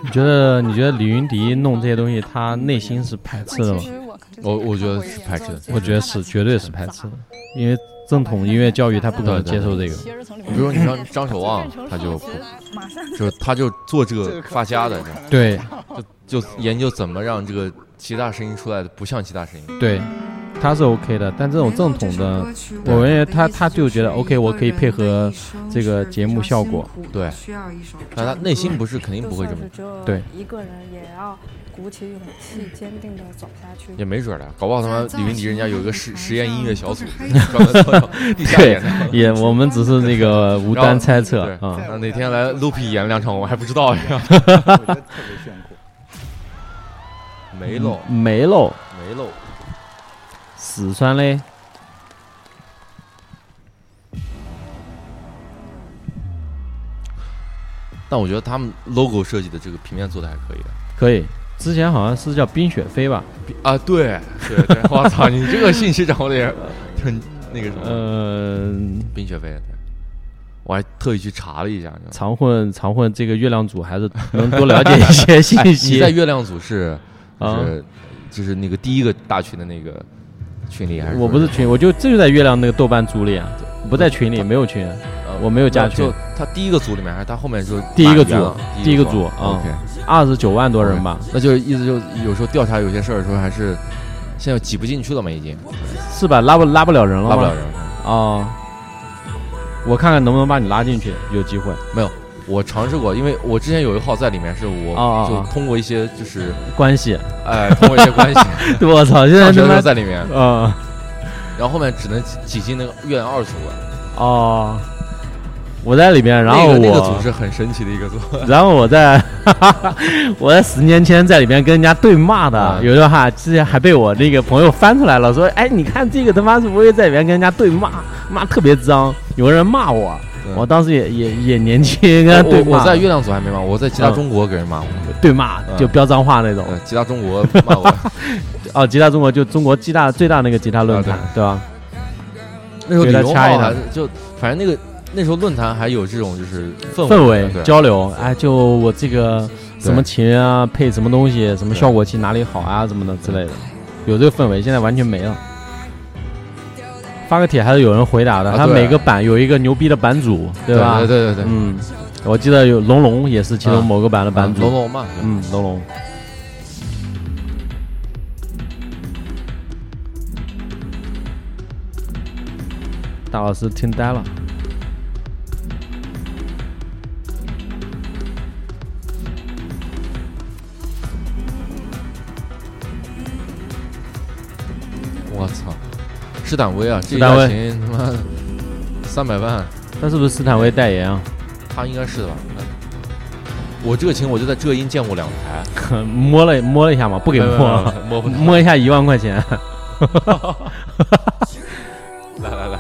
S1: 你觉得你觉得李云迪弄这些东西，他内心是排斥的吗？
S2: 我我觉得是排斥的
S1: 我觉得是，绝对是排斥的，因为正统音乐教育他不能接受这个。
S2: 比如你像张守望，他就不
S12: 马上
S2: 就是他就做这个发家的，你知道吗
S1: 对，
S2: 就就研究怎么让这个其他声音出来的不像其他声音。
S1: 对，他是 OK 的，但这种正统的，我认为他他就觉得 OK，我可以配合这个节目效果。
S2: 对，但他内心
S12: 嗯
S2: 不是肯定不会这么，
S1: 对，
S12: 一个人也要鼓起勇气，坚定的走下去。
S2: 也没准儿了，搞不好他妈李云迪人家有一个实实验音乐小组， 专门做地下
S1: 对
S2: 演的，。
S1: 也我们只是 那个无
S2: 然后
S1: 端猜测
S2: 对
S1: 啊。
S2: 那哪天来 Loopy 演两场，我还不知道呀。
S7: 特别炫酷。
S2: 没漏，
S1: 没漏，
S2: 没漏。
S1: 死酸嘞。
S2: 但我觉得他们 logo 设计的这个平面做的还可以啊的。
S1: 可以，之前好像是叫冰雪飞吧？
S2: 啊，对对对，我操，你这个信息掌握的也很那个什么，
S1: 呃，
S2: 冰雪飞，对我还特意去查了一下，你知道吗
S1: 常混常混这个月亮组还是能多了解一些
S2: 哎
S1: 信息。
S2: 你在月亮组是
S1: 啊
S2: 是就是那个第一个大群的那个群里还是？
S1: 我不是群，我就这就在月亮那个豆瓣组里啊，不在群里，没有群，我没有加群
S2: 呃就。他第一个组里面，还是他后面就
S1: 第一个组
S2: 满员了，
S1: 第一
S2: 个
S1: 个组啊
S2: OK，，
S1: 二十九万多人吧，
S2: 那就是意思就是有时候调查有些事儿的时候，还是现在挤不进去了嘛，已经。
S1: 是吧？拉不拉不了人了吗？
S2: 拉不了人
S1: 哦，我看看能不能把你拉进去，有机会。
S2: 没有，我尝试过，因为我之前有一个号在里面，是我
S1: 哦哦哦
S2: 就通过一些就是
S1: 关系，
S2: 哎，通过一些关系
S1: 我操现在
S2: 上学的
S1: 他
S2: 时
S1: 妈
S2: 候在里面
S1: 啊，
S2: 然后后面只能挤挤进那个月亮二组了。
S1: 哦，我在里面，然后我、
S2: 那个那个组是很神奇的一个组，
S1: 然后我在， 我在十年前在里面跟人家对骂
S2: 啊
S1: 的，有时候哈，之前还被我那个朋友翻出来了，说，哎，你看这个他妈是不是在里面跟人家对骂，骂特别脏，有个人骂我，我当时也也也年轻，跟他对
S2: 嗯我
S1: 骂
S2: 我在月亮组还没骂，我在吉他中国给人骂过，
S1: 对骂
S2: 嗯
S1: 就飙脏话那种，
S2: 吉他中国骂我，
S1: 哦，吉他中国就中国吉他最大那个吉他论坛，对吧？
S2: 啊那时候
S1: 给
S2: 李
S1: 他
S2: 荣浩
S1: 掐一下
S2: 还。就反正那个那时候论坛还有这种就是氛
S1: 氛
S2: 围
S1: 围
S2: 对啊
S1: 交流，哎，就我这个
S2: 对
S1: 什么琴啊，配什么东西，什么效果器哪里好啊，什么的之类的，有这个氛围，现在完全没了。发个帖还是有人回答的，
S2: 啊
S1: 他
S2: 对
S1: 每个版有一个牛逼的版主，吧？
S2: 对对对对对
S1: 嗯，我记得有龙龙也是其中
S2: 啊
S1: 某个版的版
S2: 啊
S1: 主，
S2: 龙龙嘛对
S1: 嗯，龙龙。大老师听呆了，
S2: 我操，施坦威啊，这
S1: 斯坦
S2: 家
S1: 威
S2: 琴他妈三百万，
S1: 他是不是斯坦威代言啊？
S2: 他应该是的吧？我这个琴我就在浙音见过两台，
S1: 摸了摸了一下嘛，不给
S2: 没
S1: 摸
S2: 有没有没有摸不到
S1: 摸一下一万块钱。
S2: 来来来，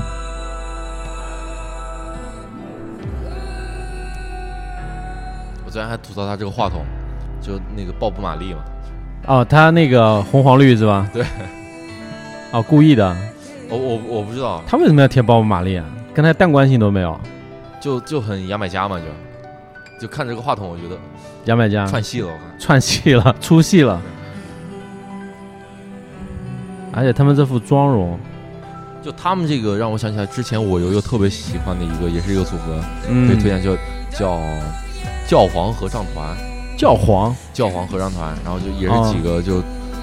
S2: 我昨天还吐槽他这个话筒，就那个鲍勃马利嘛，
S1: 哦，他那个红黄绿是吧？
S2: 对，
S1: 哦，故意的。
S2: 我我我不知道，
S1: 他为什么要贴鲍勃马利啊？跟他一蛋关系都没有。
S2: 就就很牙买加嘛，就就看这个话筒，我觉得
S1: 牙买加
S2: 串戏了，我看
S1: 串戏了，出戏了。而且他们这副妆容，
S2: 就他们这个让我想起来之前我有一个特别喜欢的一个，也是一个组合，
S1: 嗯
S2: 可以推荐叫叫教皇合唱团，
S1: 教皇
S2: 教皇合唱团，然后就也
S1: 哦
S2: 是几个就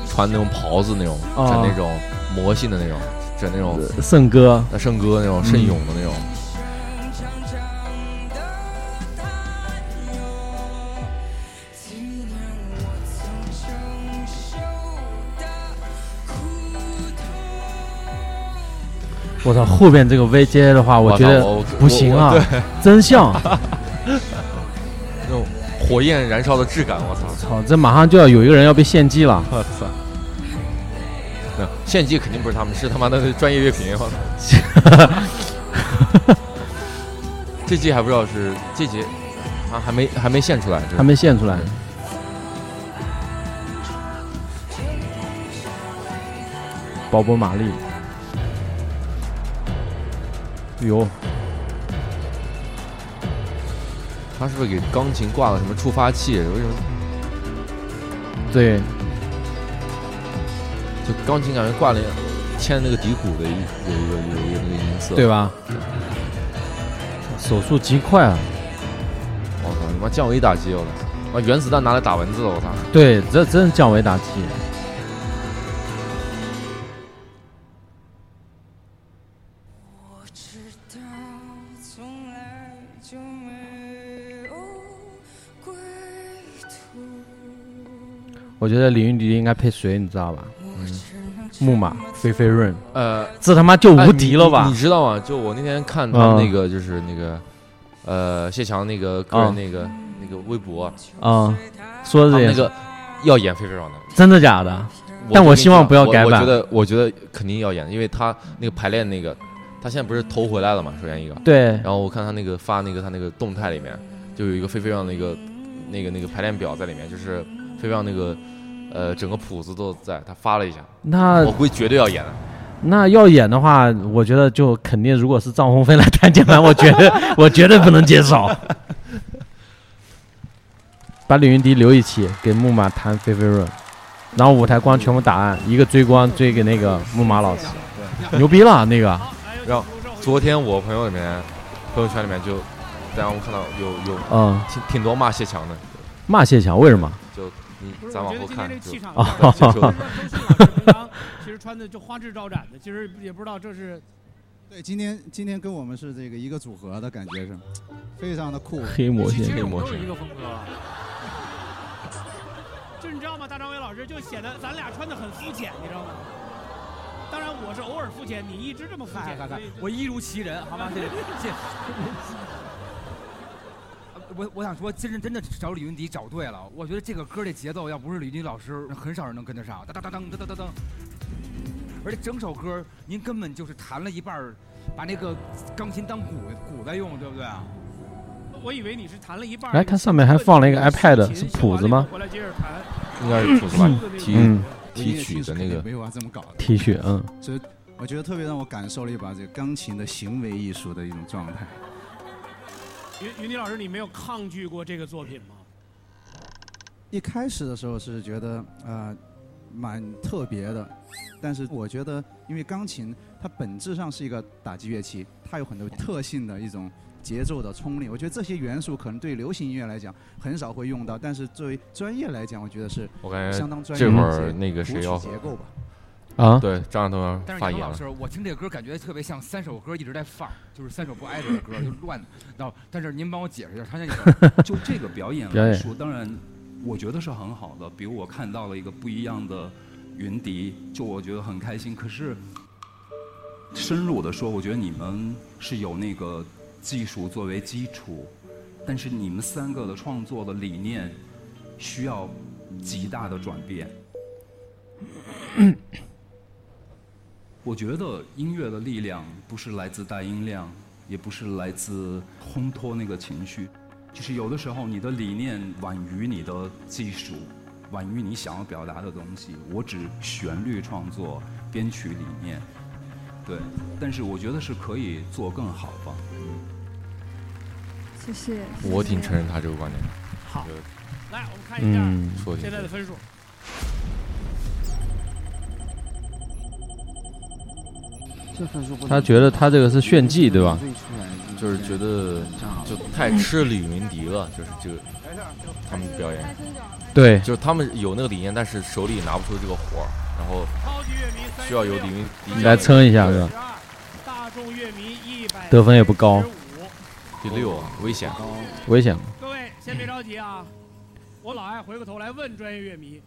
S2: 穿那种袍子那种，
S1: 哦
S2: 穿那种魔性的那种，整那种
S1: 呃圣歌
S2: 呃圣歌那种
S1: 嗯
S2: 圣咏的那种，
S1: 我操，后边这个 V 接的话，
S2: 我
S1: 觉
S2: 操
S1: 得
S2: 我
S1: 不行啊
S2: 我我对，
S1: 真像。
S2: 那种火焰燃烧的质感，我操！
S1: 操，这马上就要有一个人要被献祭了。
S2: 我操！没有献祭肯定不是他们，是他妈的专业乐评。我操！这季还不知道是这季，啊，还没还没献出来，这
S1: 还没献出来。鲍勃·马利，哟，
S2: 他是不是给钢琴挂了什么触发器？为什么
S1: 对，
S2: 就钢琴感觉挂了嵌那个底鼓的一有一个有一个那个音色，
S1: 对吧？手速极快啊！
S2: 我操，你妈降维打击！我操，把原子弹拿来打蚊子了！我操！
S1: 对，这真是降维打击。我觉得李云迪应该配谁，你知道吧？嗯木马、飞飞润，
S2: 呃，
S1: 这他妈就
S2: 哎
S1: 无敌了吧？
S2: 你你你知道吗？就我那天看他们
S1: 嗯
S2: 那个，就是那个，呃，谢强那个个人那个那个微博，
S1: 啊，
S2: 他
S1: 说的
S2: 们
S1: 也
S2: 那
S1: 是
S2: 个要演飞飞王的，
S1: 真的假的？但
S2: 就
S1: 我
S2: 跟
S1: 希望
S2: 你
S1: 不要
S2: 讲
S1: 改
S2: 我
S1: 版
S2: 我觉。得我觉得肯定要演，因为他那个排练那个，他现在不是头回来了嘛？首先一个，
S1: 对
S2: 然后我看他那个发那个他那个动态里面，就有一个飞飞让那个那个那个排练表在里面，就是飞飞让那个呃整个谱子都在，他发了一下。
S1: 那
S2: 我估计绝对要演的。
S1: 那要演的话，我觉得就肯定，如果是张鸿飞来弹键盘，我绝对 我绝对不能接受。 把李云迪留一期，给木马弹飞飞润，然后舞台光全部打暗，一个追光追给那个木马老师，牛逼了那个。
S2: 然后昨天我朋友里面朋友圈里面就，然后我看到有有
S1: 嗯
S2: 挺挺多骂谢强的，
S1: 骂谢强为 什么？
S2: 就你咱往后看就
S1: 啊
S2: 对就就
S4: 其实穿的就花枝招展的，其 实也不知道这是
S14: 对，今天今天跟我们是这个一个组合的感觉是，非常的酷。
S1: 黑魔仙
S4: 黑
S1: 魔
S4: 都是一个风格啊了。就是你知道吗？大张伟老师就显得咱俩穿的很肤浅，你知道吗？当然我是偶尔肤浅，你一直这么肤
S10: 看
S4: 浅
S10: 看，看
S4: 所以，
S10: 我一如其人，好吗？这 这。呃我我想说，真是真的找李云迪找对了。我觉得这个歌的节奏，要不是李云迪老师，很少人能跟得上。当当当当当当当。而且整首歌，您根本就是弹了一半儿，把那个钢琴当鼓鼓在用，对不对啊？
S4: 我以为你是弹了一半儿。
S1: 来看上面还放了一个 iPad，是谱子吗？
S4: 回来接着弹。
S2: 应该是谱子吧
S1: 嗯
S2: 提
S1: 嗯
S2: 提取的那个
S14: 没有啊，这么搞的。
S1: T 恤，嗯，
S14: 所以我觉得
S7: 呃
S14: 特别让我感受了一把这个钢琴的行为艺术的一种状态。
S4: 云云迪老师，你没有抗拒过这个作品吗？
S14: 一开始的时候是觉得，呃，
S7: 蛮特别的。但是我觉得，因为钢琴它本质上是一个打击乐器，它有很多特性的一种节奏的冲力。我觉得这些元素可能对流行音乐来讲很少会用到，但是作为专业来讲，我觉得是
S2: 我感
S7: 相当
S2: 觉
S7: 专业
S2: 这
S7: 的
S2: 会
S7: 一
S2: 儿
S7: 些
S2: 那个谁
S7: 谱曲
S2: 要
S7: 结构吧。
S1: 啊
S2: 对，张亚东
S10: 但是
S2: 发
S10: 杨
S2: 言
S10: 老
S2: 了。
S10: 师，我听这个歌感觉特别像三首歌一直在放，就是三首不挨着的歌，就乱。然后，但是您帮我解释一下，他那 个
S11: 就这个表演
S1: 表
S11: 来
S1: 演
S11: 说，当然我觉得是很好的。比如我看到了一个不一样的云迪，就我觉得很开心。可是深入的说，我觉得你们是有那个技术作为基础，但是你们三个的创作的理念需要极大的转变。
S15: 嗯
S11: 我觉得音乐的力量不是来自大音量，也不是来自烘托那个情绪，就是有的时候你的理念晚于你的技术，晚于你想要表达的东西。我只旋律创作、编曲理念，对，但是我觉得是可以做更好吧。
S16: 谢谢。
S2: 我挺承认他这个观点的。
S4: 好，来，我们看
S1: 嗯
S4: 一
S1: 说
S4: 下
S1: 得
S4: 现在
S1: 对
S4: 的分数。
S17: 这分数不能
S1: 他觉得他这个是炫技，对吧？
S2: 就是觉得就太吃李云迪了，就是这个他们表演，
S1: 对
S2: 就是他们有那个理念，但是手里拿不出这个活儿，然后需要有李云迪
S1: 你来撑一下，对吧？得分也不高，
S2: 第六啊，危险，
S1: 危险吗？
S4: 各位先别着急啊，我老爱回过头来问专业乐迷，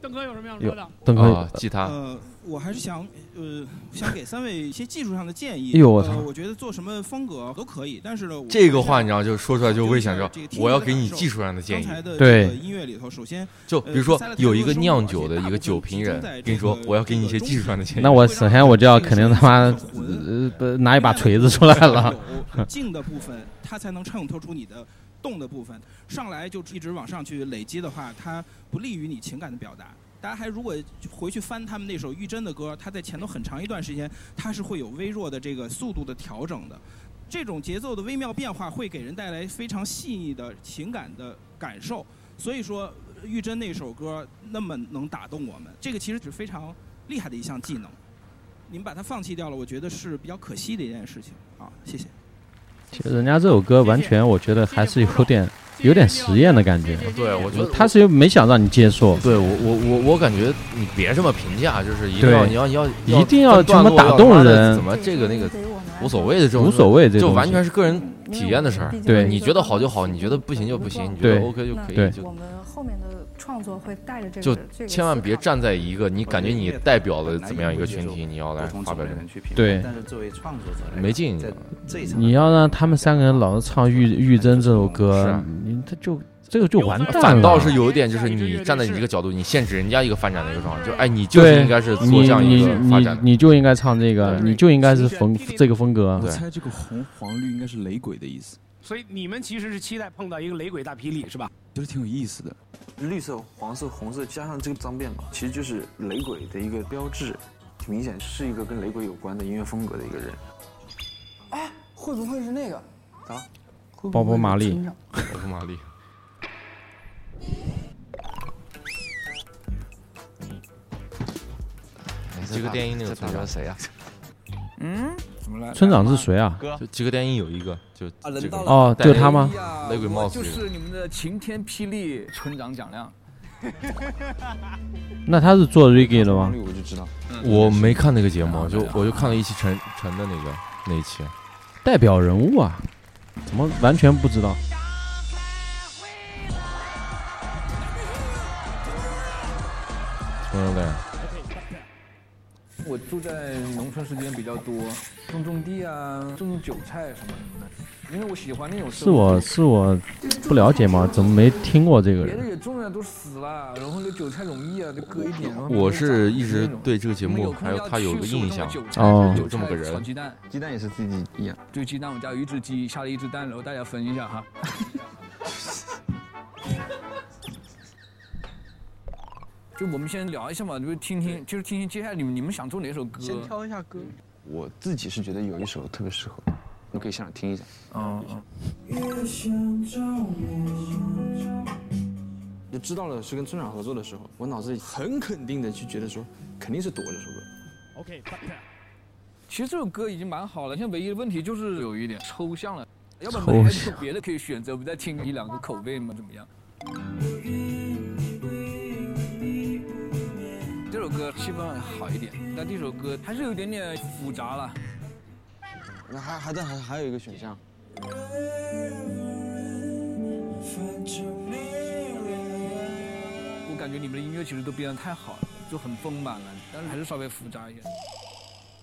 S4: 邓哥有什么想说的？
S1: 邓哥
S2: 啊吉他
S18: 呃，我还是想呃，想给三位一些技术上的建议。
S1: 哎呦我操
S18: 呃！我觉得做什么风格都可以，但是呢，我
S2: 这个话你知道，就说出来就危险，知道
S18: 这个听
S2: 我要
S18: 觉的
S2: 给你
S18: 感
S2: 技
S18: 受
S2: 术上的建议
S18: 刚才的这。
S1: 对
S18: 个音乐里头，首先
S2: 就
S18: 呃
S2: 比如说
S18: 塞了太多
S2: 有一个
S18: 的
S2: 酿酒的一个酒评人跟你说，我要给你一些技术上的建议。
S1: 那我首先我就要肯定他妈呃不拿一把锤子出来了。
S18: 有静的部分，它才能衬托出你的动的部分。上来就一直往上去累积的话，它不利于你情感的表达。大家还如果回去翻他们那首玉珍的歌，它在前头很长一段时间，它是会有微弱的这个速度的调整的。这种节奏的微妙变化会给人带来非常细腻的情感的感受。所以说，玉珍那首歌那么能打动我们，这个其实是非常厉害的一项技能。你们把它放弃掉了，我觉得是比较可惜的一件事情啊。谢谢。
S1: 其实人家这首歌完全，我觉得还是有点有点实验的感觉。
S2: 对，我觉得
S1: 他是没想让你接受，
S2: 对我我我我感觉你别这么评价，就是一定要
S1: 对
S2: 你要你要
S1: 一定要
S2: 分段
S1: 这么
S2: 落
S1: 打
S2: 要
S1: 动
S2: 他的
S1: 人
S2: 怎么这个那个无所谓的这种
S1: 无所谓这
S2: 就
S1: 东西
S2: 完全是个人体验的事儿。
S1: 对
S2: 你觉得好就好，你觉得不行就不行，你觉得
S1: 对
S2: OK 就可以，
S1: 对
S2: 就
S16: 我们后面的创作会带着这
S2: 就
S16: 个，这个
S2: 千万别站在一个你感觉你代表了怎么样一个群体，你要来发表这种
S1: 对
S19: 但是作为创作者来讲，
S2: 没劲
S19: 在这一场
S1: 你要让他们三个人老是唱《玉玉珍》这首歌，你他就这个就完蛋了。
S2: 啊反倒是有一点，就是你站在你这个角度，你限制人家一个发展的一个状态，就是哎，你就是
S1: 对
S2: 应该是做这样一个
S1: 你
S2: 发
S1: 你
S2: 展
S1: 你。你就应该唱这个，你就应该是风这个风格。
S20: 我猜这个红黄绿应该是雷鬼的意思，
S4: 所以你们其实是期待碰到一个雷鬼大霹雳是吧？
S20: 就是挺有意思的。
S9: 绿色、黄色、红色加上这个脏辫嘛，其实就是雷鬼的一个标志，明显是一个跟雷鬼有关的音乐风格的一个人。
S12: 会不会是那个？
S9: 啊，
S1: 鲍勃马利，
S9: 嗯
S2: 我是玛丽，
S21: 这
S2: 几个电影那
S21: 哎
S2: 个
S21: 这
S2: 村
S21: 打
S2: 长
S21: 叫谁啊呀？
S12: 嗯，
S21: 怎么了
S1: 村长是谁啊？
S2: 就几个电影有一个就
S21: 啊，
S2: 这
S21: 轮
S2: 个
S21: 到了
S1: 哦就他吗
S21: 哎呀
S2: 雷鬼帽
S21: 我
S2: 子
S21: 就
S2: 这个
S21: 是你们的晴天霹雳村长蒋亮。
S1: 那他是做 reggae 的吗？
S21: 我就知道
S2: 我没看那个节
S1: 啊
S2: 目，啊就我就看了一期陈陈的那个那一
S21: 啊
S2: 期，
S1: 代表人物啊，怎么完全不知道？
S2: 村长的
S21: 我住在农村时间比较多，种种地啊，种种韭菜什么什么的，因为我喜欢那种生
S1: 是我
S21: 活
S1: 是我不了解吗？怎么没听过这个
S21: 别
S1: 人？
S21: 的也种的都死了，然后那韭菜容易啊，就割一点。然后
S2: 我是
S21: 长
S2: 一直对这个节
S21: 你们
S2: 目
S21: 空
S2: 还有
S21: 要
S2: 他有
S21: 去
S2: 个
S21: 收
S2: 印
S21: 那
S2: 象
S21: 韭菜
S2: 哦
S21: 就是
S2: 有这么
S21: 韭菜
S2: 个人
S21: 炒鸡蛋，
S19: 鸡蛋也是自己养。
S21: 对鸡蛋，我家有一只鸡，下了一只蛋，然后大家分一下哈。就我们先聊一下嘛，就是听听，就是听听接下来你们你们想做哪首歌？
S12: 先挑一下歌。
S9: 我自己是觉得有一首特别适合，你可以现场听一下。哦
S21: 嗯嗯。
S12: 越想找我，
S18: 就知道了是跟村长合作的时候，我脑子里很肯定的去觉得说，肯定是躲这首歌。
S4: OK，
S21: 其实这首歌已经蛮好了，现在唯一的问题就是有一点抽象了。要不然
S1: 抽
S21: 我们
S1: 象
S21: 还有别的可以选择，我们再听一两个口味嘛，怎么样？这首歌气氛好一点，但这首歌还是有一点点复杂了。
S18: 那还还但还还有一个选项，
S21: 我感觉你们的音乐其实都编得太好了，就很丰满了，但是还是稍微复杂一点。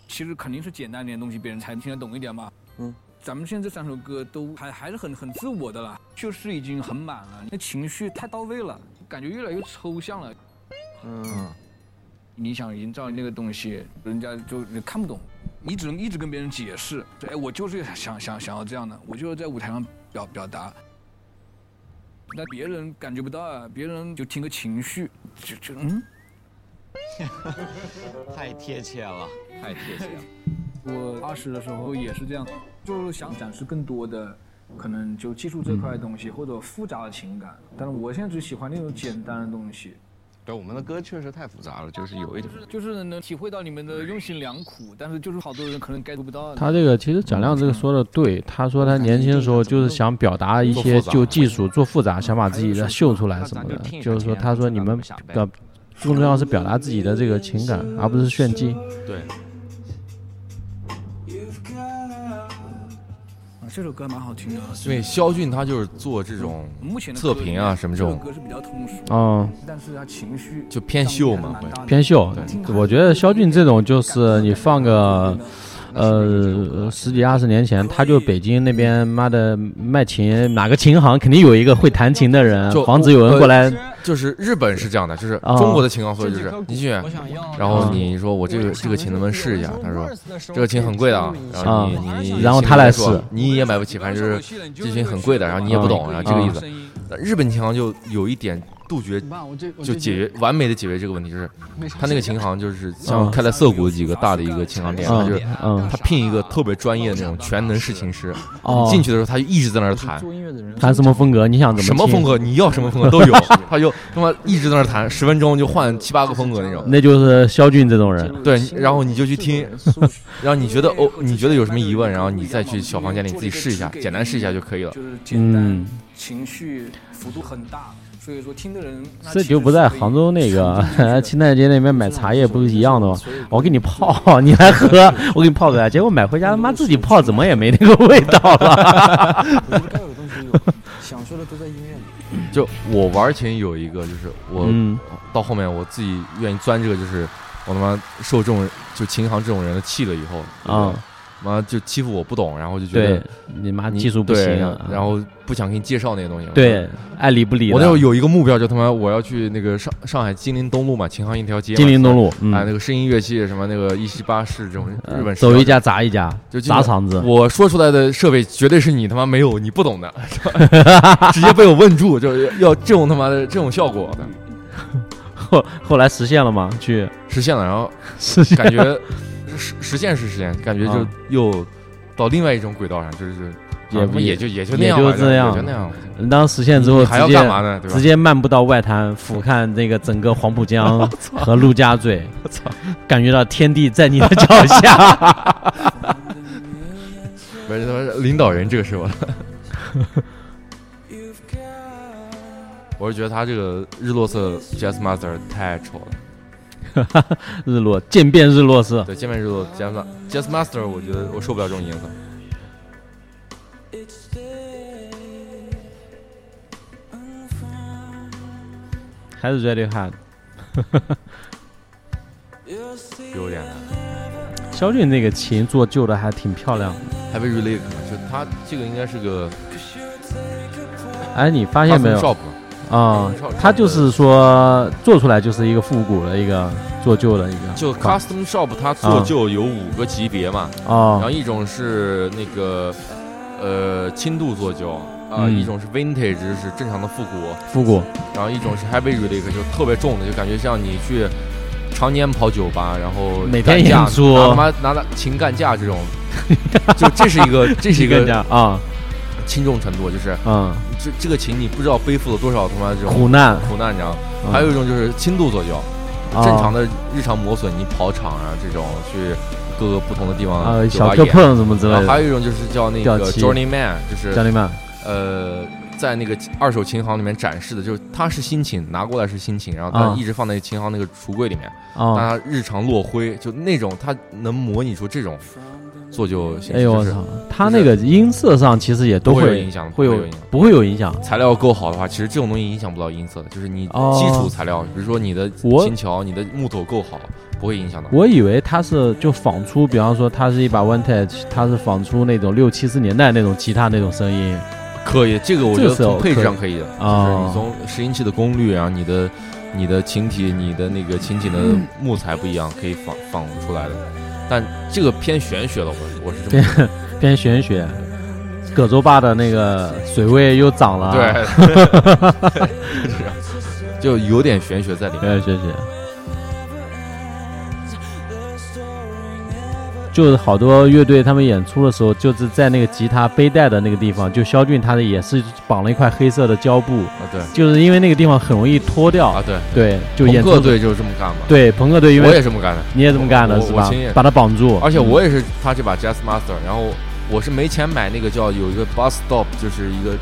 S21: 其实肯定是简单一点的东西，别人才听得懂一点嘛。
S18: 嗯，
S21: 咱们现在这三首歌都还还是很很自我的啦，就是已经很满了，那情绪太到位了，感觉越来越抽象了。
S18: 嗯，
S21: 你想营造那个东西，人家就看不懂，你只能一直跟别人解释，说哎，我就是想想想要这样的，我就是在舞台上表表达。那别人感觉不到啊，别人就听个情绪，就就嗯，
S22: 太贴切了，太贴切了。
S21: 我二十的时候也是这样，就是想展示更多的，可能就技术这
S22: 嗯
S21: 块的东西、或者复杂的情感。但是我现在只喜欢那种简单的东西，
S22: 对，我们的歌确实太复杂了，就是有一点。
S21: 就是能体会到你们的用心良苦，但是就是好多人可能 get 不到。啊
S1: 他这个其实蒋亮这个说的对，他说他年轻的时候就是想表达一些就技术做复杂，想把自己的秀出来什么的，就是说他说你们表更重要是表达自己的这个情感，而不是炫技。
S2: 对，
S21: 啊，这首歌蛮好听的。
S2: 因为肖俊他就是做这种
S21: 嗯目前的
S2: 测评啊什么这种啊
S21: 歌是比较通俗，
S1: 哦，
S21: 但是他情绪
S2: 就偏秀嘛，会
S1: 偏秀。我觉得肖俊这种就是你放个。呃，十几二十年前，他就北京那边妈的卖琴，哪个琴行肯定有一个会弹琴的人，
S2: 就呃
S1: 防止有人过来。
S2: 就是日本是这样的，就是
S1: 啊
S2: 中国的情况所以就是
S1: 这
S2: 你去，然后你说我这个这个琴能不能试一下？他说这个琴很贵的啊，然后你
S1: 啊
S2: 你你
S1: 然后他来
S2: 说
S1: 试
S2: 你也买不起，反正就是这琴很贵的，然后你也不懂，
S1: 啊
S2: 然后这个意思。那日本琴行就有一点杜绝
S22: 爸我这我，
S2: 就
S22: 这
S2: 解决完美的解决这个问题，就是
S22: 没啥
S2: 他那个
S22: 事
S2: 琴行就是
S1: 啊
S2: 像开在涩谷几个大的一个琴行店，
S1: 嗯
S2: 他就是
S1: 嗯
S2: 他聘一个特别专业的那种全能试琴师，
S1: 哦
S2: 你进去的时候他就一直在那儿弹。
S1: 弹什么风格？你想啊怎
S2: 什
S1: 么
S2: 么
S1: 听
S2: 风格， 你要什么风格都有。他就他妈一直在那儿弹，十分钟就换七八个风格那种。
S1: 那就是肖俊这种人。
S2: 对，然后你就去听， 然后你觉得哦，你觉得有什么疑问，然后你再去小房间里自己试一下，简单试一下就可以了。
S1: 嗯，
S21: 情绪幅度很大，所以说听的人
S1: 这就不在杭州那个 清代街那边买茶叶不是一样的吗？我给你泡，你来喝，我给你泡出来，结果买回家他妈自己泡怎么也没那个味道 了。
S18: 想说的都在音乐里。
S2: 就我玩琴有一个，就是我
S1: 嗯
S2: 到后面我自己愿意钻这个，就是我他妈受这种就琴行这种人的气了以后
S1: 啊，
S2: 妈就欺负我不懂，然后就觉得
S1: 对你妈技术不
S2: 对
S1: 行啊
S2: 然后不想给你介绍那些东西了。
S1: 对爱理不理的
S2: 我那时候有一个目标，就他妈我要去那个上上海金陵东路嘛，琴行一条街嘛。
S1: 金陵东路嗯
S2: 啊，那个声音乐器什么那个一七八式这种
S1: 呃
S2: 日本
S1: 走一
S2: 家
S1: 家砸一家
S2: 就，基本
S1: 砸场子。
S2: 我说出来的设备绝对是你他妈没有，你不懂的， 是吧直接被我问住，就是要这种他妈的这种效果。
S1: 后后来实现了吗？去
S2: 实现了，然后
S1: 实现了
S2: 感觉实实现是实现，感觉就
S1: 啊
S2: 又到另外一种轨道上，就是就是
S1: 也
S2: 啊他
S1: 不
S2: 妈也就也就那样吧，
S1: 也就这
S2: 也就那样吧。
S1: 你当实现之后，
S2: 你还要
S1: 直接
S2: 干嘛呢对吧
S1: 直接漫步到外滩，俯瞰那个整个黄 浦江
S2: 操
S1: 和陆家嘴
S2: 我操，
S1: 感觉到天地在你的 脚下。
S2: 不是他妈领导人这个是吧？ 我是觉得他这个日落色 Jazz Master 太丑了。
S1: 日落，渐变日落色。
S2: 对，见面日落 Jazz Ma- Jazz Master，我觉得我受不了这种颜色。
S1: 还是 Red Hot。
S2: 有点难，
S1: 肖俊那个琴做旧的还挺漂亮的。
S2: 还被 relic，就他这个应该是个
S1: 哎，你发现没有
S2: Custom？shop
S1: 啊、
S2: Custom shop
S1: 他就是说做出来就是一个复古的一个做旧的一啊个，
S2: 就 custom shop 它做旧有五个级别嘛，
S1: 哦
S2: 然后一种是那个呃轻度做旧啊，
S1: 嗯
S2: 一种是 vintage 就是正常的复古，
S1: 复古，
S2: 然后一种是 heavy relic 就是特别重的，就感觉像你去常年跑酒吧，然后
S1: 每
S2: 干
S1: 天
S2: 架
S1: 演出
S2: 拿他妈拿了情干架这种，就这是一个这是一
S1: 情干
S2: 个
S1: 架啊，
S2: 轻重程度，就是
S1: 嗯，
S2: 这这个琴你不知道背负了多少他妈这种
S1: 苦难
S2: 苦难，你知道吗
S1: 嗯？
S2: 还有一种就是轻度左右，
S1: 啊
S2: 正常的日常磨损，你跑场啊这种去各个不同的地方
S1: 啊
S2: 酒吧
S1: 小磕
S2: 演
S1: 碰什么之类的
S2: 然后啊还有一种就是叫那
S1: 吊
S2: 个
S1: 漆
S2: journeyman，就是
S1: journeyman
S2: 呃，在那个二手琴行里面展示的，就是它是新琴，拿过来是新琴，然后
S1: 啊
S2: 它一直放在琴行那个橱柜里面，
S1: 啊
S2: 但它日常落灰，就那种它能模拟出这种做就形式。
S1: 哎呦我
S2: 就是
S1: 操，他那个音色上其实也都
S2: 不会有
S1: 会
S2: 影响的不会
S1: 会有
S2: 有影响
S1: 不会有影响。
S2: 材料够好的话，其实这种东西影响不到音色的，就是你
S1: 哦
S2: 基础材料，比如说你的
S1: 我
S2: 琴桥、你的木头够好，不会影响到。
S1: 我以为它是就仿出，比方说它是一把 vintage，它是仿出那种六七十年代那种吉他那种声音。
S2: 可以，这个我觉得
S1: 这个是哦
S2: 从配置上
S1: 可
S2: 可
S1: 以
S2: 以的，就是
S1: 哦
S2: 你从拾音器的功率，然后你的、你的琴体、你的那个琴颈的
S1: 嗯
S2: 木材不一样，可以仿仿出来的。但这个偏玄学了，我我是这么
S1: 偏
S2: 觉得
S1: 偏玄学。葛洲坝的那个水位又涨了啊，
S2: 对，是啊就有点玄学在里面。
S1: 对，学学。就是好多乐队他们演出的时候，就是在那个吉他背带的那个地方，就肖俊他的也是绑了一块黑色的胶布啊
S2: 对
S1: 就是因为那个地方很容易脱掉啊，
S2: 对
S1: 对，就
S2: 朋
S1: 演
S2: 克
S1: 出
S2: 队就是这么干嘛？
S1: 对，朋克队因为
S2: 我也这么干的，
S1: 你也这么干的
S2: 我我
S1: 是吧
S2: 我亲眼
S1: 把它绑住
S2: 而且
S1: 嗯
S2: 我也是他这把 Jazz Master，然后我是没钱买那个叫有一个 Bus Stop，就是一个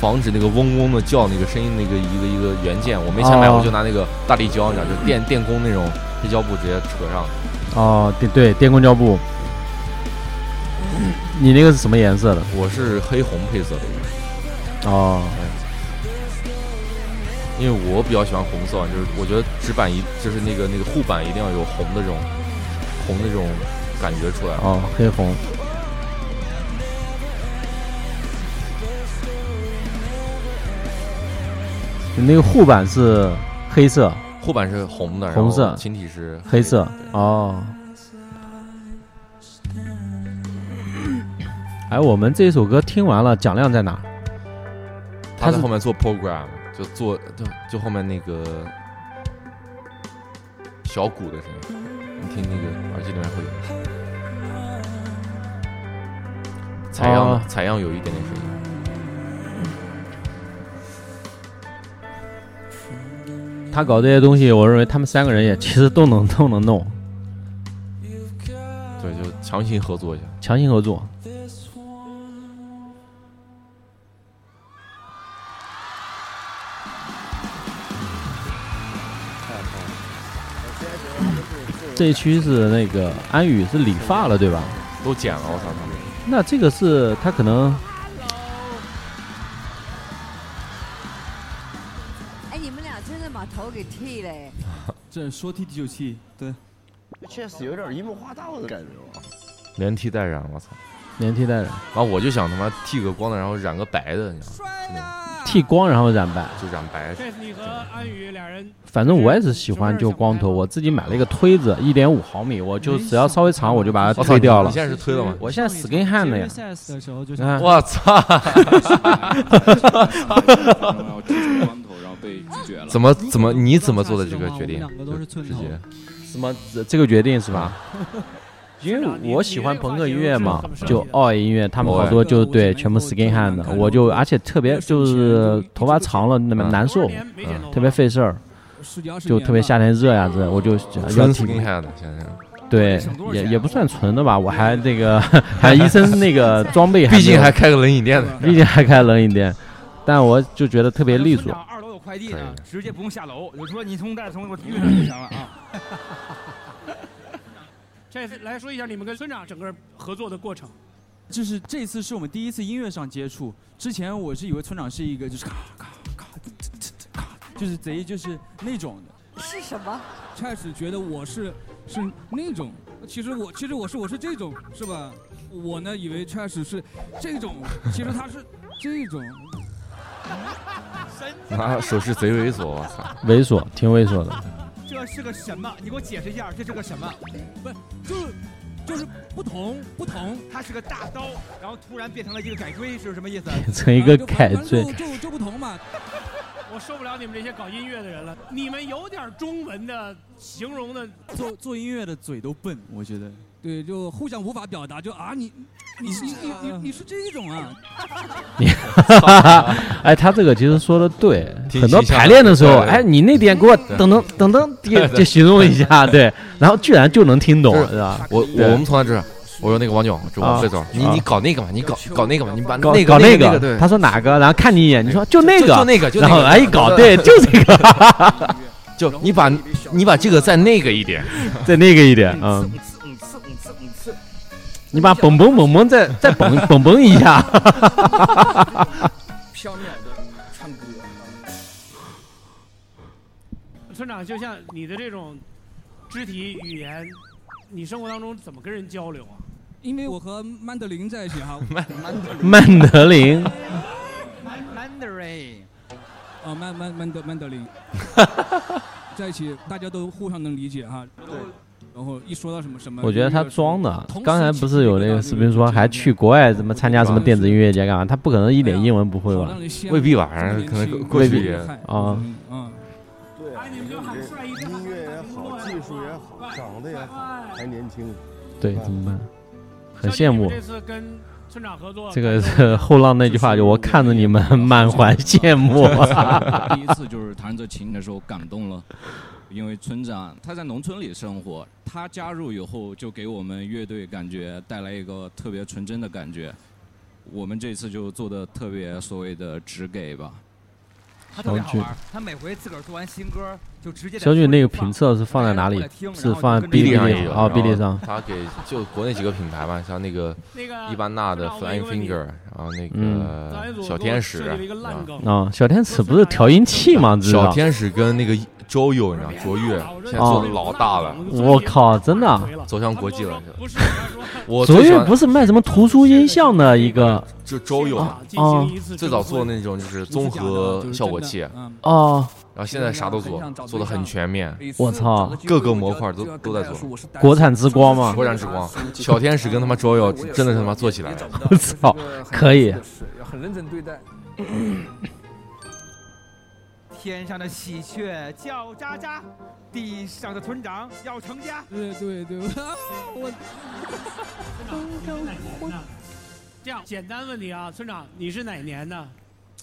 S2: 防止那个嗡嗡的叫那个声音那个一个一个元件，我没钱买，
S1: 哦
S2: 我就拿那个大力胶，你知道，就电电工那种黑胶布直接扯上。
S1: 哦，对对，电工胶布。你那个是什么颜色的？
S2: 我是黑红配色的，
S1: 哦，
S2: 因为我比较喜欢红色，就是我觉得纸板一就是那个那个护板一定要有红的这种红的这种感觉出来。
S1: 哦，黑红。你那个护板是黑色，
S2: 护板是红的，然后
S1: 红色，
S2: 琴体是
S1: 黑色。哦。哎，我们这首歌听完了，蒋亮在哪？
S2: 他
S1: 是
S2: 在后面做 program，就做就就后面那个小鼓的声音，你听那个耳机里面会有采样、
S1: 哦
S2: 采样有一点点声音。
S1: 他搞这些东西，我认为他们三个人也其实都能都能弄，
S2: 对，就强行合作一下。
S1: 强行合作。这一区是那个安宇是理发了，对吧？
S2: 都剪了，我操他
S1: 那这个是他可能
S15: 哎，你们俩真的把头给剃了哎！
S23: 这说剃剃就剃，对，
S24: 确实有点一梦化道的感觉啊。
S2: 连剃带染，我操！
S1: 连剃带染。
S2: 然后我就想他妈剃个光的，然后染个白的，你知道吗？
S1: 剃光然后染白，
S2: 就染白。
S4: 你和安宇俩人
S1: 反正我也是喜欢就光头，我自己买了一个推子，一点五毫米，我就只要稍微长我就把它
S2: 我操
S1: 推啊掉了。
S2: 你现在是推了吗
S1: 我现在 skin hand 了呀。
S9: 的时候就
S1: 啊
S2: 我操怎么怎么你怎么做的这个决定？就直接
S1: 什么这这个决定是吧？因为我喜欢朋克音乐嘛，就奥音乐，他们好多就对全部 skin hand 的，我就而且特别就是头发长了那么难受，嗯特别费事儿，就特别夏天热呀之类的，我就要
S2: 纯 skin head 现在是。
S1: 对，也也不算纯的吧，我还那个 还医生那个装备，
S2: 毕竟还开个冷饮店呢，
S1: 毕竟还开冷饮店，但我就觉得特别利索。
S10: 二楼有快递呢，直接不用下楼。有说你从这儿从我运上就行了 啊。
S4: 这次来说一下你们跟村长整个合作的过程。
S9: 就是这次是我们第一次音乐上接触，之前我是以为村长是一个就是咔咔咔咔咔，就是贼就是那种的。
S15: 是什么？
S25: 开始觉得我是是那种，其实我其实我是我是这种是吧？我呢以为开始是这种，其实他是这种。
S2: 啊，手势贼猥琐，我操！
S1: 猥琐，挺猥琐的。
S10: 这是个什么？你给我解释一下，这是个什么？
S25: 不就是就是不同不同，
S10: 它是个大刀，然后突然变成了一个改锥，是什么意思？
S1: 变成一个
S2: 哎
S1: 改锥
S25: 就就就不同嘛。
S4: 我受不了你们这些搞音乐的人了，你们有点中文的形容的，
S9: 做做音乐的嘴都笨，我觉得。
S25: 对，就互相无法表达，就啊你你你你你你是这种啊，
S1: 你 哎，他这个其实说的对，
S2: 挺
S1: 很多
S2: 形象
S1: 排练的时候，
S2: 对
S1: 哎，你那点给我等等等等，给给形容一 下，对，然后居然就能听懂，是吧？
S2: 我我
S1: 对
S2: 们从来就是，我说那个王炯，就
S1: 啊
S2: 王费总，你
S1: 啊
S2: 你搞那个嘛，你搞搞那个嘛，你把
S1: 搞
S2: 那个
S1: 搞
S2: 那那
S1: 个，
S2: 对，
S1: 他说哪个，然后看你一眼，你说就那
S2: 就
S1: 个，
S2: 就那个，就那
S1: 然后
S2: 个，
S1: 哎一 搞，对，就这个，
S2: 就你把你把这个再那个一 点，
S1: 再那个一点，嗯，你把蹦蹦蹦蹦再再蹦蹦蹦一下，
S4: 缥缈的唱歌。村长，就像你的这种肢体语言，你生活当中怎么跟人交流啊？
S25: 因为我和曼德林在一起哈，
S1: 曼德林，
S25: 曼曼德林，哦曼曼曼德曼德林，在一起大家都互相能理解哈，对，然后一说到什么什么，
S1: 我觉得他装的。刚才不是有那个视频
S25: 说
S1: 说还去国外什么参加什么电子音乐节干嘛？他不可能一点英文不会吧？
S2: 未必吧可能过
S1: 未
S2: 去
S1: 必
S2: 也
S1: 啊。
S25: 嗯
S3: 对啊，
S1: 哎
S3: 音乐也好，技术也好，长得也好，还年轻。
S1: 对，怎么办？很羡慕。
S4: 这次跟村长合作，
S1: 这个 是后浪那句话，就我看着你们满怀羡慕。 啊
S5: 第一次就是弹着琴的时候感动了，因为村长他在农村里生活，他加入以后就给我们乐队感觉带来一个特别纯真的感觉。我们这次就做的特别所谓的直给吧。
S10: 他特别好玩儿，他每回自个儿做完新歌就直接在
S1: 小
S10: 村
S1: 雨
S10: 里
S1: 那个评测是放在哪里？是放在哔哩
S2: 上
S1: 哔
S2: 也
S1: 哩
S2: 有
S1: 啊，哔哩
S2: 然
S1: 上
S2: 后。他给就国内几个品牌嘛，像那个伊班纳的 Flying Finger，然后那个
S1: 嗯
S2: 小天使，啊
S1: 啊，小天使不是调音器吗？啊知
S2: 小
S1: 道？
S2: 天使跟那个 Joyo，你知道卓越，现在做的老大了，
S1: 哦我靠，真的啊！
S2: 走向国际了。我
S1: 卓
S2: 最喜
S1: 越
S2: 欢
S1: 不是卖什么图书音像的一个
S2: 就周友嘛
S1: 啊啊，
S2: 最早做那种就是综合效果器，
S1: 哦，
S2: 然后现在啥都做，做的很全面。
S1: 我操，
S2: 各个模块都都在做，
S1: 国产之光吗
S2: 国产之光，小天使跟他妈周友真的他妈做起来了。
S1: 我操，可以。
S10: 要很认真对待。天上的喜鹊叫喳喳，地上的村长要成家。
S25: 对 对对，我
S4: 这样简单问题啊，村长，你是哪年的？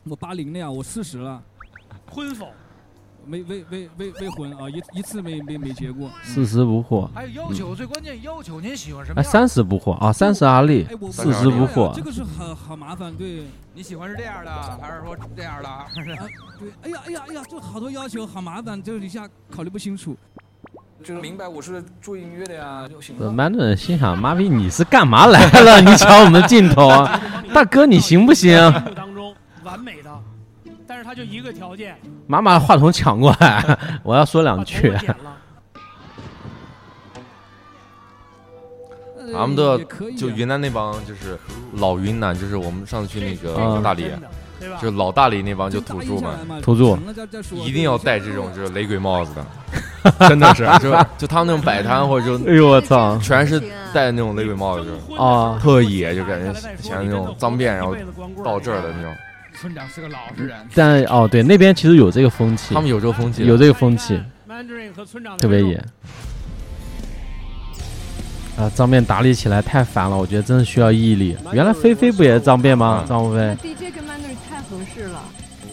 S25: 我八零的呀，我四十了，
S4: 婚否？
S25: 没未未未未婚啊，一一次没没没结过，
S1: 四十不惑，
S25: 还有要求，最关键要求您喜欢什
S1: 哎，三十不惑啊，三十而立
S25: 哎，我，
S1: 四十不惑
S25: 这。个是很很麻烦，对。啊
S10: 你喜欢是这样的，还是说这样的？
S25: 对，哎呀哎呀哎呀，这好多要求，好麻烦，就一下考虑不清楚。
S21: 就是明白我是做音乐的呀，就行
S1: 这班主任心想：妈逼，你是干嘛来了？你抢我们的镜头啊，大哥，你行不行？
S4: 目当中完美的，但是他就一个条件，
S1: 妈妈话筒抢过来，我要说两句。
S2: 他们的
S4: 也可以啊
S2: 就云南那帮就是老云南，就是我们上次去那个
S1: 嗯
S2: 大理
S25: 对吧，
S2: 就老大理那帮就土著
S25: 就答应下来
S2: 嘛
S25: 嘛，
S1: 土著
S2: 一定要戴这种就是雷鬼帽子的，真的是就就他们那种摆摊或者就
S1: 哎呦我操
S2: 全是戴那种雷鬼帽子就是
S1: 啊
S2: 特野就感觉像那种脏辫，然后到这儿的那种。
S10: 村长是个老实人，
S1: 但哦，对，那边其实有这个风气，
S2: 他们有这个风气
S1: 有这个风气，
S4: Mandarin 和村长
S1: 特别野。啊，脏辫打理起来太烦了，我觉得真的需要毅力。原来菲菲不也是脏辫
S2: 啊
S1: 吗？张无
S15: 那
S1: 菲，
S15: DJ 跟 Mandarin 太合适了。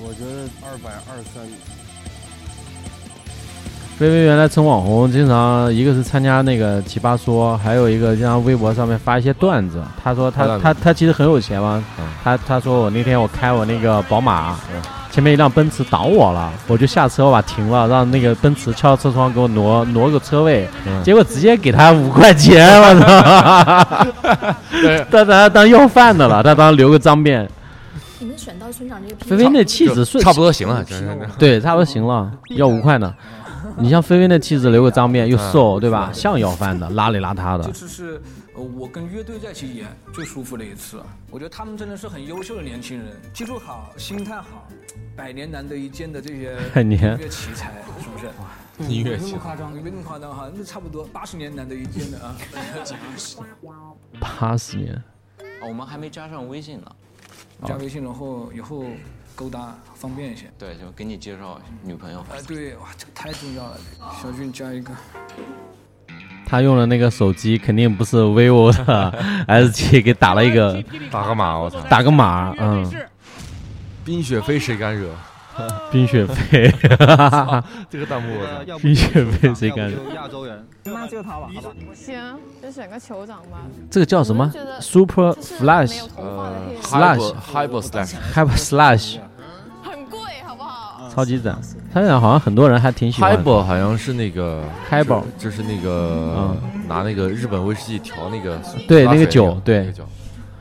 S24: 我觉得二百二三，
S1: 菲菲原来成网红，经常一个是参加那个奇葩说，还有一个经常微博上面发一些段子。嗯她
S2: 好
S1: 说她
S2: 的
S1: 她她其实很有钱嘛，她她说我那天我开我那个宝马，前面一辆奔驰挡我了，我就下车我把停了，让那个奔驰敲车窗给我挪挪个车位，
S2: 嗯
S1: 结果直接给他五块钱，我操！ 他把他当要饭的了，他当留个脏辫。
S8: 你们选到村长这个
S1: 菲菲那气质顺
S2: 差不多行了，真是
S1: 对，差不多行 了，要五块呢。你像菲菲那气质，留个脏辫又
S2: 嗯
S1: 瘦，对吧？像要饭的，邋里邋遢的
S21: 这。次是呃我跟乐队在一起演最舒服的一次，啊我觉得他们真的是很优秀的年轻人，技术好，心态好，百年难得一见的这些
S1: 百年
S21: 音乐奇才，啊是不是？
S2: 音乐
S21: 没那
S2: 奇
S21: 么夸张，没那么夸张哈，那差不多八十年难得一见的啊。
S1: 八十年，
S21: 啊我们还没加上微信呢，
S1: 哦
S21: 加微信然后以后勾搭方便一些。呃
S5: 对，就给你介绍女朋友。
S21: 哎，对，哇，这个太重要了，小俊加一个。
S1: 他用的那个手机肯定不是 vivo 的 S 七，给打了一个
S2: 打个码，我操，
S1: 打个码，嗯，
S2: 冰雪飞谁敢惹？
S1: 冰 雪飞
S2: 操，这个弹幕我操，
S1: 冰雪飞谁敢惹？
S6: 亚洲人，那就他吧，好吧。
S13: 行，就选个酋长吧。
S1: 这个叫什么？Super Flash，
S2: 呃
S1: ，Slash
S2: Hyper Slash
S1: Hyper Slash，
S13: 很贵，好不好？
S1: 超级赞！他俩好像很多人还挺喜欢。
S2: Hyper 好像是那个
S1: Hyper，
S2: 就是那个拿那个日本威士忌调那个
S1: 嗯对那个酒，对。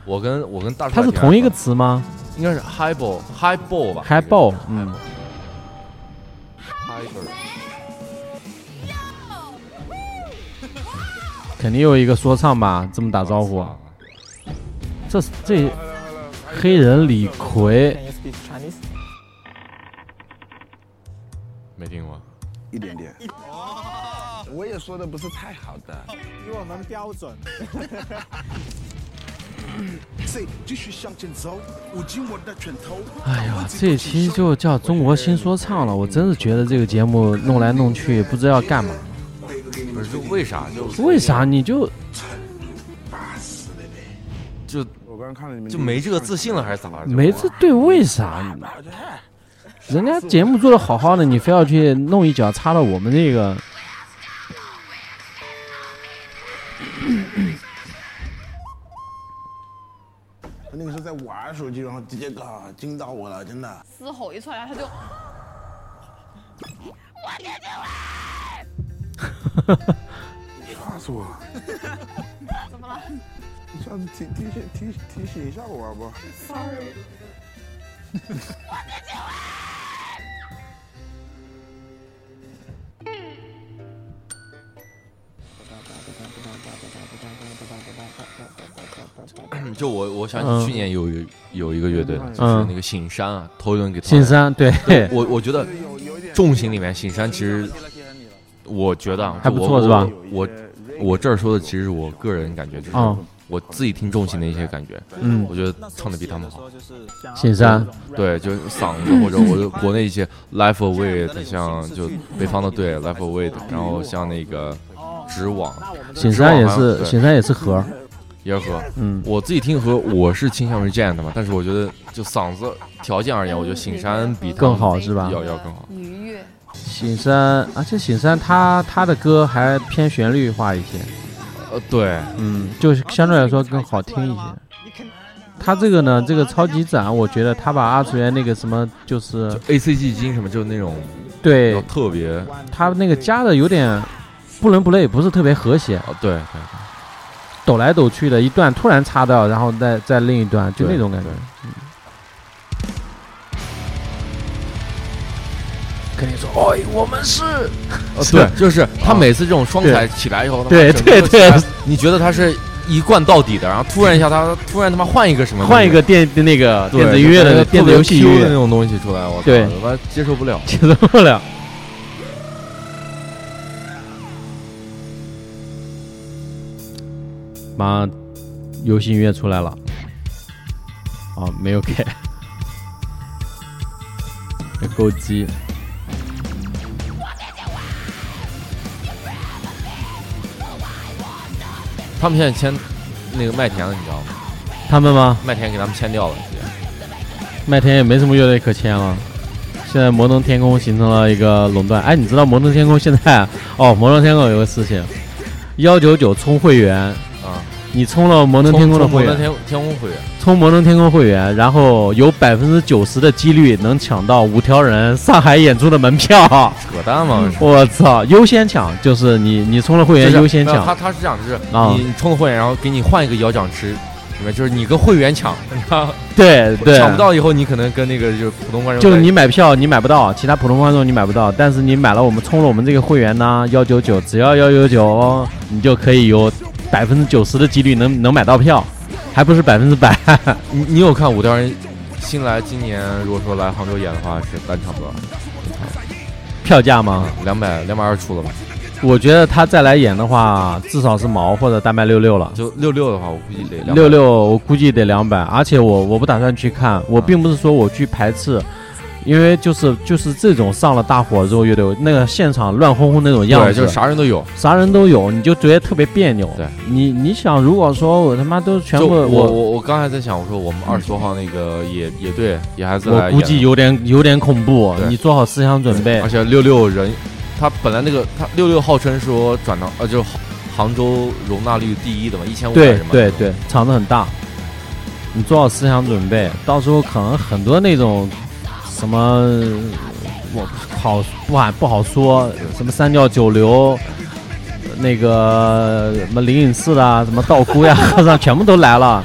S2: 我跟我跟大叔，
S1: 它是同一个词吗？
S2: 应该是 highball highball 吧
S1: ，highball，嗯。肯定有一个说唱吧，这么打招呼。这这黑人李逵，
S2: 没听过，
S18: 一点点。我也说的不是太好的，
S6: 比我们标 准。
S1: 哎呀，这一期就叫中国新说唱了。我真是觉得这个节目弄来弄去不知道干嘛。
S2: 不是为啥就
S1: 为啥你就
S2: 就就没这个自信了还是咋？
S1: 没这对为啥？人家节目做的好好的，你非要去弄一脚插到我们这个。
S6: 他那个是在玩手机，然后直接啊惊到我了，真的。
S13: 嘶吼一出来，他就，我给
S6: 你玩！吓死我！
S13: 怎么了？
S6: 你下次提提醒提提醒一下我好不好
S13: ？Sorry。我给你
S2: 就我，我想
S1: 嗯
S2: 起去年有有一个乐队，就是那个醒山啊，头一轮给
S1: 醒嗯山，对
S2: 我我觉得重型里面醒山其实，我觉得
S1: 还不错是吧？
S2: 我我这儿说的其实我个人感觉就是我自己听重型的一些感觉，
S1: 哦嗯，
S2: 我觉得唱的比他们好。
S1: 醒山
S2: 对，就是嗓子或者我的国内一些 Life Away 的，像就北方的对 Life Away 的，然后像那个直网，
S1: 醒山也是醒山也是和。
S2: 也是和，
S1: 嗯，
S2: 我自己听和我是倾向于这样的嘛，但是我觉得就嗓子条件而言，我觉得醒山比
S1: 更好是吧？
S2: 要要更好。
S13: 愉悦。
S1: 醒山，而且醒山他他的歌还偏旋律化一些，
S2: 呃，对，
S1: 嗯，就是相对来说更好听一些。他这个呢，这个超级展，我觉得他把二次元那个什么就是
S2: A C G 金什么，就是那种
S1: 对
S2: 特别，
S1: 他那个加的有点不伦不类，不是特别和谐。
S2: 哦，对对对。
S1: 抖来抖去的一段突然插到，然后再再另一段，就那种感觉。嗯、
S2: 肯定说，哎，我们是，哦、对，就是他每次这种双踩起来以后，
S1: 对对对，
S2: 你觉得他是一贯到底的，然后突然一下他突然他妈换一个什么，
S1: 换一个电那个电子音乐的电子游戏
S2: 的那种东西出来，我
S1: 对，
S2: 我接受不了，
S1: 接受不了。妈，游戏音乐出来了，啊，没有给，够鸡。
S2: 他们现在签那个麦田了，你知道吗？
S1: 他们吗？
S2: 麦田给他们签掉了，
S1: 麦田也没什么乐队可签了。现在摩登天空形成了一个垄断。哎，你知道摩登天空现在哦，摩登天空有个事情，幺九九充会员。
S2: 啊！
S1: 你充了摩登天空的会员，
S2: 摩登天天空会员，
S1: 充摩登天空会员，然后有百分之九十的几率能抢到五条人上海演出的门票，
S2: 扯淡吗？
S1: 我操！优先抢就是你，你充了会员优先抢。啊
S2: 他他是这样，就是你充了会员，然后给你换一个摇奖池，里面就是你跟会员抢，
S1: 对对，
S2: 抢不到以后你可能跟那个就是普通观众，
S1: 就是你买票你买不到，其他普通观众你买不到，但是你买了我们充了我们这个会员呢，幺九九，只要幺九九，你就可以有。百分之九十的几率能能买到票，还不是百分之百。
S2: 你你有看五条人新来今年如果说来杭州演的话是单场多少？
S1: 票价吗？
S2: 两百两百二出了吧？
S1: 我觉得他再来演的话，至少是毛或者大卖六六了。
S2: 就六六的话，我估计得嗯
S1: 六六，我估计得两百。而且我我不打算去看，我并不是说我去排斥。因为就是就是这种上了大火之后乐队那个现场乱哄哄那种样子，
S2: 对就是啥人都有，
S1: 啥人都有，你就觉得特别别扭。对，你你想，如果说我他妈都全
S2: 就
S1: 部
S2: 我
S1: 我
S2: 我我刚才在想，我说我们二十多号那个野野队也还在
S1: 我估计
S2: 演
S1: 有点有点恐怖，你做好思想准备。
S2: 而且六六人，他本来那个他六六号称说转到呃就是杭州容纳率第一的嘛，一千五百
S1: 对
S2: 人嘛，
S1: 对对，场子很大，你做好思想准备，到时候可能很多那种什么，我好不好不好说，什么三教九流，那个什么灵隐寺的啊，什么道姑呀、和尚全部都来了。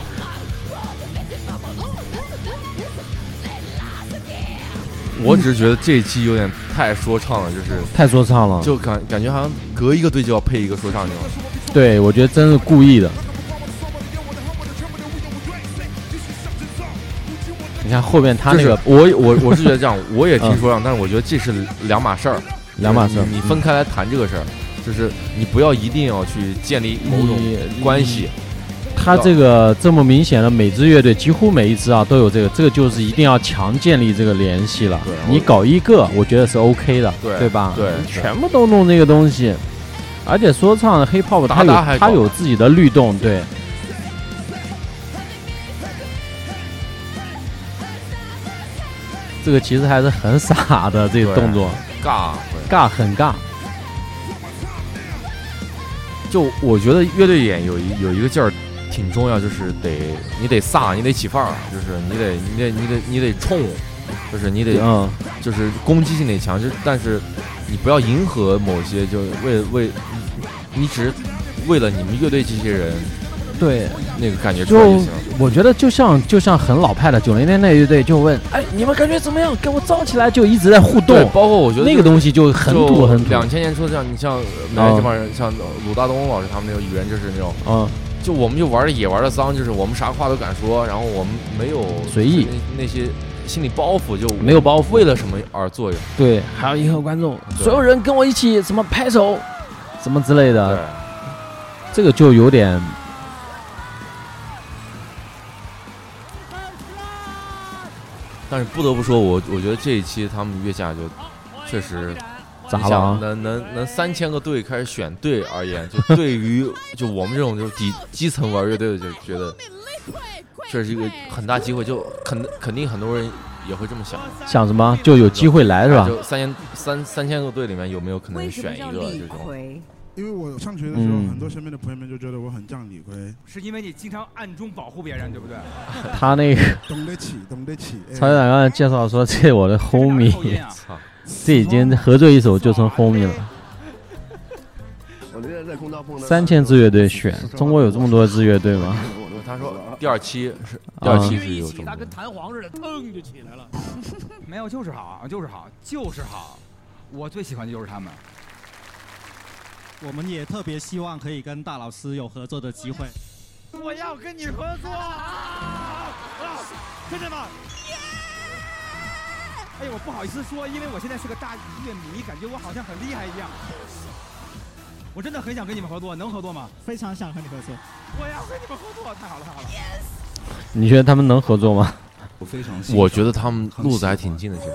S2: 我只是觉得这一期有点太说唱了，就是
S1: 太说唱了
S2: 就感感觉好像隔一个队就要配一个说唱那种。
S1: 对，我觉得真是故意的。你看后面他那个，嗯
S2: 就是我我我是觉得这样， 我也听说让，但是我觉得这是两码事儿，
S1: 两码事儿
S2: 就是你你分开来谈这个事儿，就是你不要一定要去建立某种关系。
S1: 他这个这么明显的，每支乐队几乎每一支啊都有这个，这个就是一定要强建立这个联系了。你搞一个，我觉得是 OK 的，
S2: 对
S1: 吧？
S2: 对
S1: 全部都弄这个东西，而且说唱的 hiphop
S2: 达
S1: 它有
S2: 达还搞
S1: 它有自己的律动，对。这个其实还是很傻的，这个动作
S2: 尬
S1: 尬很尬。
S2: 就我觉得乐队演有一有一个劲儿挺重要，就是得你得飒，你得起范儿，就是你得你得你得你得冲，就是你得
S1: 嗯
S2: 就是攻击性得强，就但是你不要迎合某些，就为为你只是为了你们乐队这些人
S1: 对
S2: 那个感觉出来就
S1: 就
S2: 行。
S1: 我觉得就像就像很老派的九零年代乐队就问，哎，你们感觉怎么样？给我造起来，就一直在互动
S2: 对，。包括我觉得
S1: 那个东西就很土很土。
S2: 两千年初像你像美这帮人，像鲁大东老师他们那个语言就是那种，
S1: 嗯，
S2: 就我们就玩的也玩的脏，就是我们啥话都敢说，然后我们没有
S1: 随意
S2: 那那些心理包袱，就
S1: 没有包
S2: 袱，为了什么而做呀？
S1: 对，还要迎合观众，
S2: 对
S1: 所有人跟我一起什么拍手，什么之类的，这个就有点
S2: 但是不得不说，我我觉得这一期他们月下就确实
S1: 砸了啊
S2: 你想能能能三千个队开始选队而言， 就对于就我们这种就是底基层玩乐队的，就觉得确实一个很大机会，就肯肯定很多人也会这么想。
S1: 想什么就有机会来是吧？
S2: 哎就三千三三千个队里面有没有可能选一个这种？
S11: 因为我上学的时候，
S1: 嗯
S11: 很多身边的朋友们就觉得我很像李逵，
S10: 是因为你经常 暗中保护别人，对不对？
S1: 他那个
S11: 懂得起，懂得
S9: 哎
S11: 起。哎
S1: 曹院长刚才介绍说，这我的 homie，这已经合作一首就成 homie 了。
S3: 我那天在空道碰到
S1: 三千支乐队选，中国有这么多支乐队吗？
S2: 他说第二期是
S1: 啊
S2: 第二期是有这么
S10: 他跟弹簧似的，腾就起来了。 没有，就是好，就是好，就是好。我最喜欢的就是他们。
S14: 我们也特别希望可以跟大老师有合作的机会。
S13: 我要跟你合作啊！啊
S11: 看见吗？
S10: 哎呦，我不好意思说，因为我现在是个大乐迷，感觉我好像很厉害一样。我真的很想跟你们合作，能合作吗？
S14: 非常想和你合作。
S10: 我要跟你们合作，太好了，太好了。
S1: 你觉得他们能合作吗？
S14: 我非常
S2: 我觉得他们路子还挺近的，其实。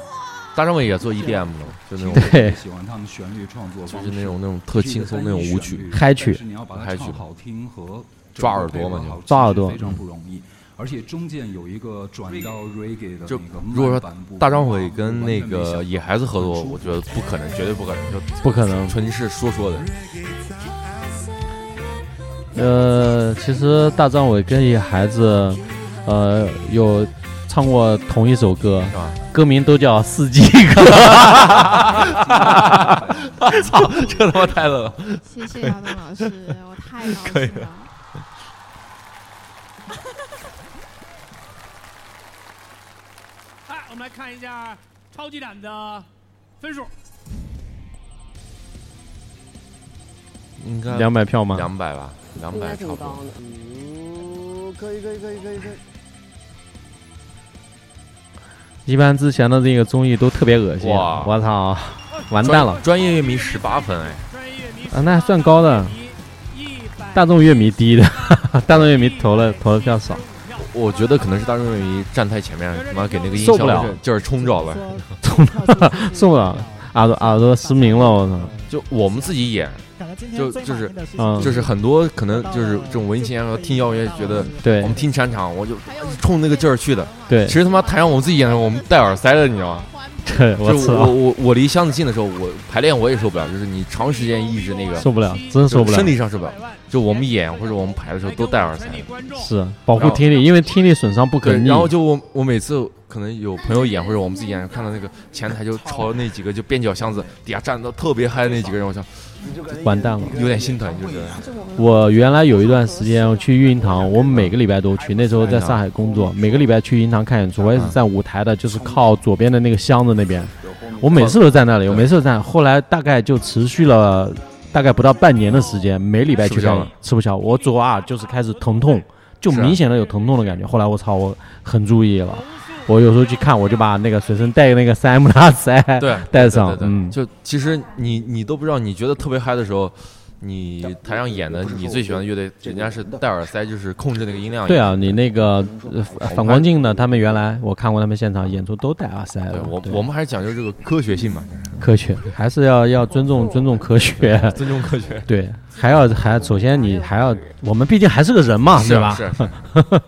S2: 大张伟也
S14: E
S2: 做 EDM 的，就那种
S1: 对
S14: 喜欢他们旋律创作方
S2: 就
S14: 式，
S2: 是那种那种特轻松那种舞曲，
S1: 嗨曲
S14: 但是你要把它
S2: 嗨曲
S14: 唱好听和
S2: 抓耳朵嘛
S14: 配合好
S2: 就
S1: 抓耳朵
S14: 其实非常不容易。而且中间有一个转到 reggae 的那
S2: 嗯就
S14: 个
S2: 如
S14: 慢
S2: 果说
S14: 版部分啊
S2: 大张伟跟那个野孩子合作，我觉得不可能，绝对不可能，就
S1: 不可能
S2: 纯是说说的。
S1: 呃，其实大张伟跟野孩子，呃，有唱过同一首歌，歌名都叫《四季歌》。
S2: 操，这他妈太冷了！
S13: 谢谢姚东老师，我太高
S2: 可以
S13: 兴
S2: 了
S13: 了。
S4: 哎，我们来看一下超级展的分数。
S2: 应该
S1: 200票吗
S2: 两百吧，两
S3: 应
S2: 百
S3: 该
S2: 差
S3: 挺
S2: 不
S3: 高
S2: 多。
S3: 的。嗯，可以可以可以可以可以。
S1: 一般之前的这个综艺都特别恶心，
S2: 哇
S1: 我操，完蛋了
S2: 专！专业乐迷十八分哎，
S1: 啊，那还算高 的，大众乐迷低的，大众乐迷投了投的票少。
S2: 我我觉得可能是大众乐迷站太前面，他妈给那个音
S1: 受
S2: 效
S1: 不了
S2: 是就是冲着呗，
S1: 冲着受不了，耳朵耳朵失明了，我操！
S2: 就我们自己演，就就是
S1: 嗯
S2: 嗯就是很多可能就是这种文艺青年和听摇滚乐觉得，
S1: 嗯对
S2: 我们听全场我就冲那个劲儿去的，
S1: 对
S2: 其实他妈台上我们自己演的时候，我们戴耳塞的，你知道吗？
S1: 对，我
S2: 就是我
S1: 操，
S2: 我我离箱子近的时候，我排练我也受不了，就是你长时间一直那个
S1: 受不了真受不了
S2: 身体上受不了。就我们演或者我们排的时候都戴耳塞，
S1: 是保护听力，因为听力损伤不可
S2: 对，
S1: 逆。
S2: 然后就我我每次可能有朋友演或者我们自己演，看到那个前台就朝那几个就边角箱子底下站的特别嗨的那几个人，我想
S1: 完蛋了，
S2: 有点心疼，就是
S1: 我原来有一段时间去育婴堂，我每个礼拜都去。那时候在上海工作，每个礼拜去育婴堂看演出，我也是站舞台的，就是靠左边的那个箱子那边。我每次都在那里，我每次都站。后来大概就持续了大概不到半年的时间，每礼拜去
S2: 吃不消
S1: 看
S2: 了，
S1: 吃不消。我左耳就是开始疼痛，就是
S2: 啊
S1: 明显的有疼痛的感觉。后来我操，我很注意了。我有时候去看，我就把那个随身带那个三 M 拉塞
S2: 对
S1: 带上
S2: 对，对对
S1: 嗯，
S2: 就其实你你都不知道，你觉得特别嗨的时候，你台上演的你最喜欢的乐队，人家是戴耳塞，就是控制那个音量。
S1: 对啊，，你那个呃反光镜呢？他们原来我看过他们现场演出都戴耳塞的。
S2: 我我们还是讲究这个科学性嘛，
S1: 科学还是要要尊重尊重科学，
S2: 尊重科学
S1: 对，还要还首先你还要，我们毕竟还是个人嘛，
S2: 是啊
S1: 对吧？
S2: 是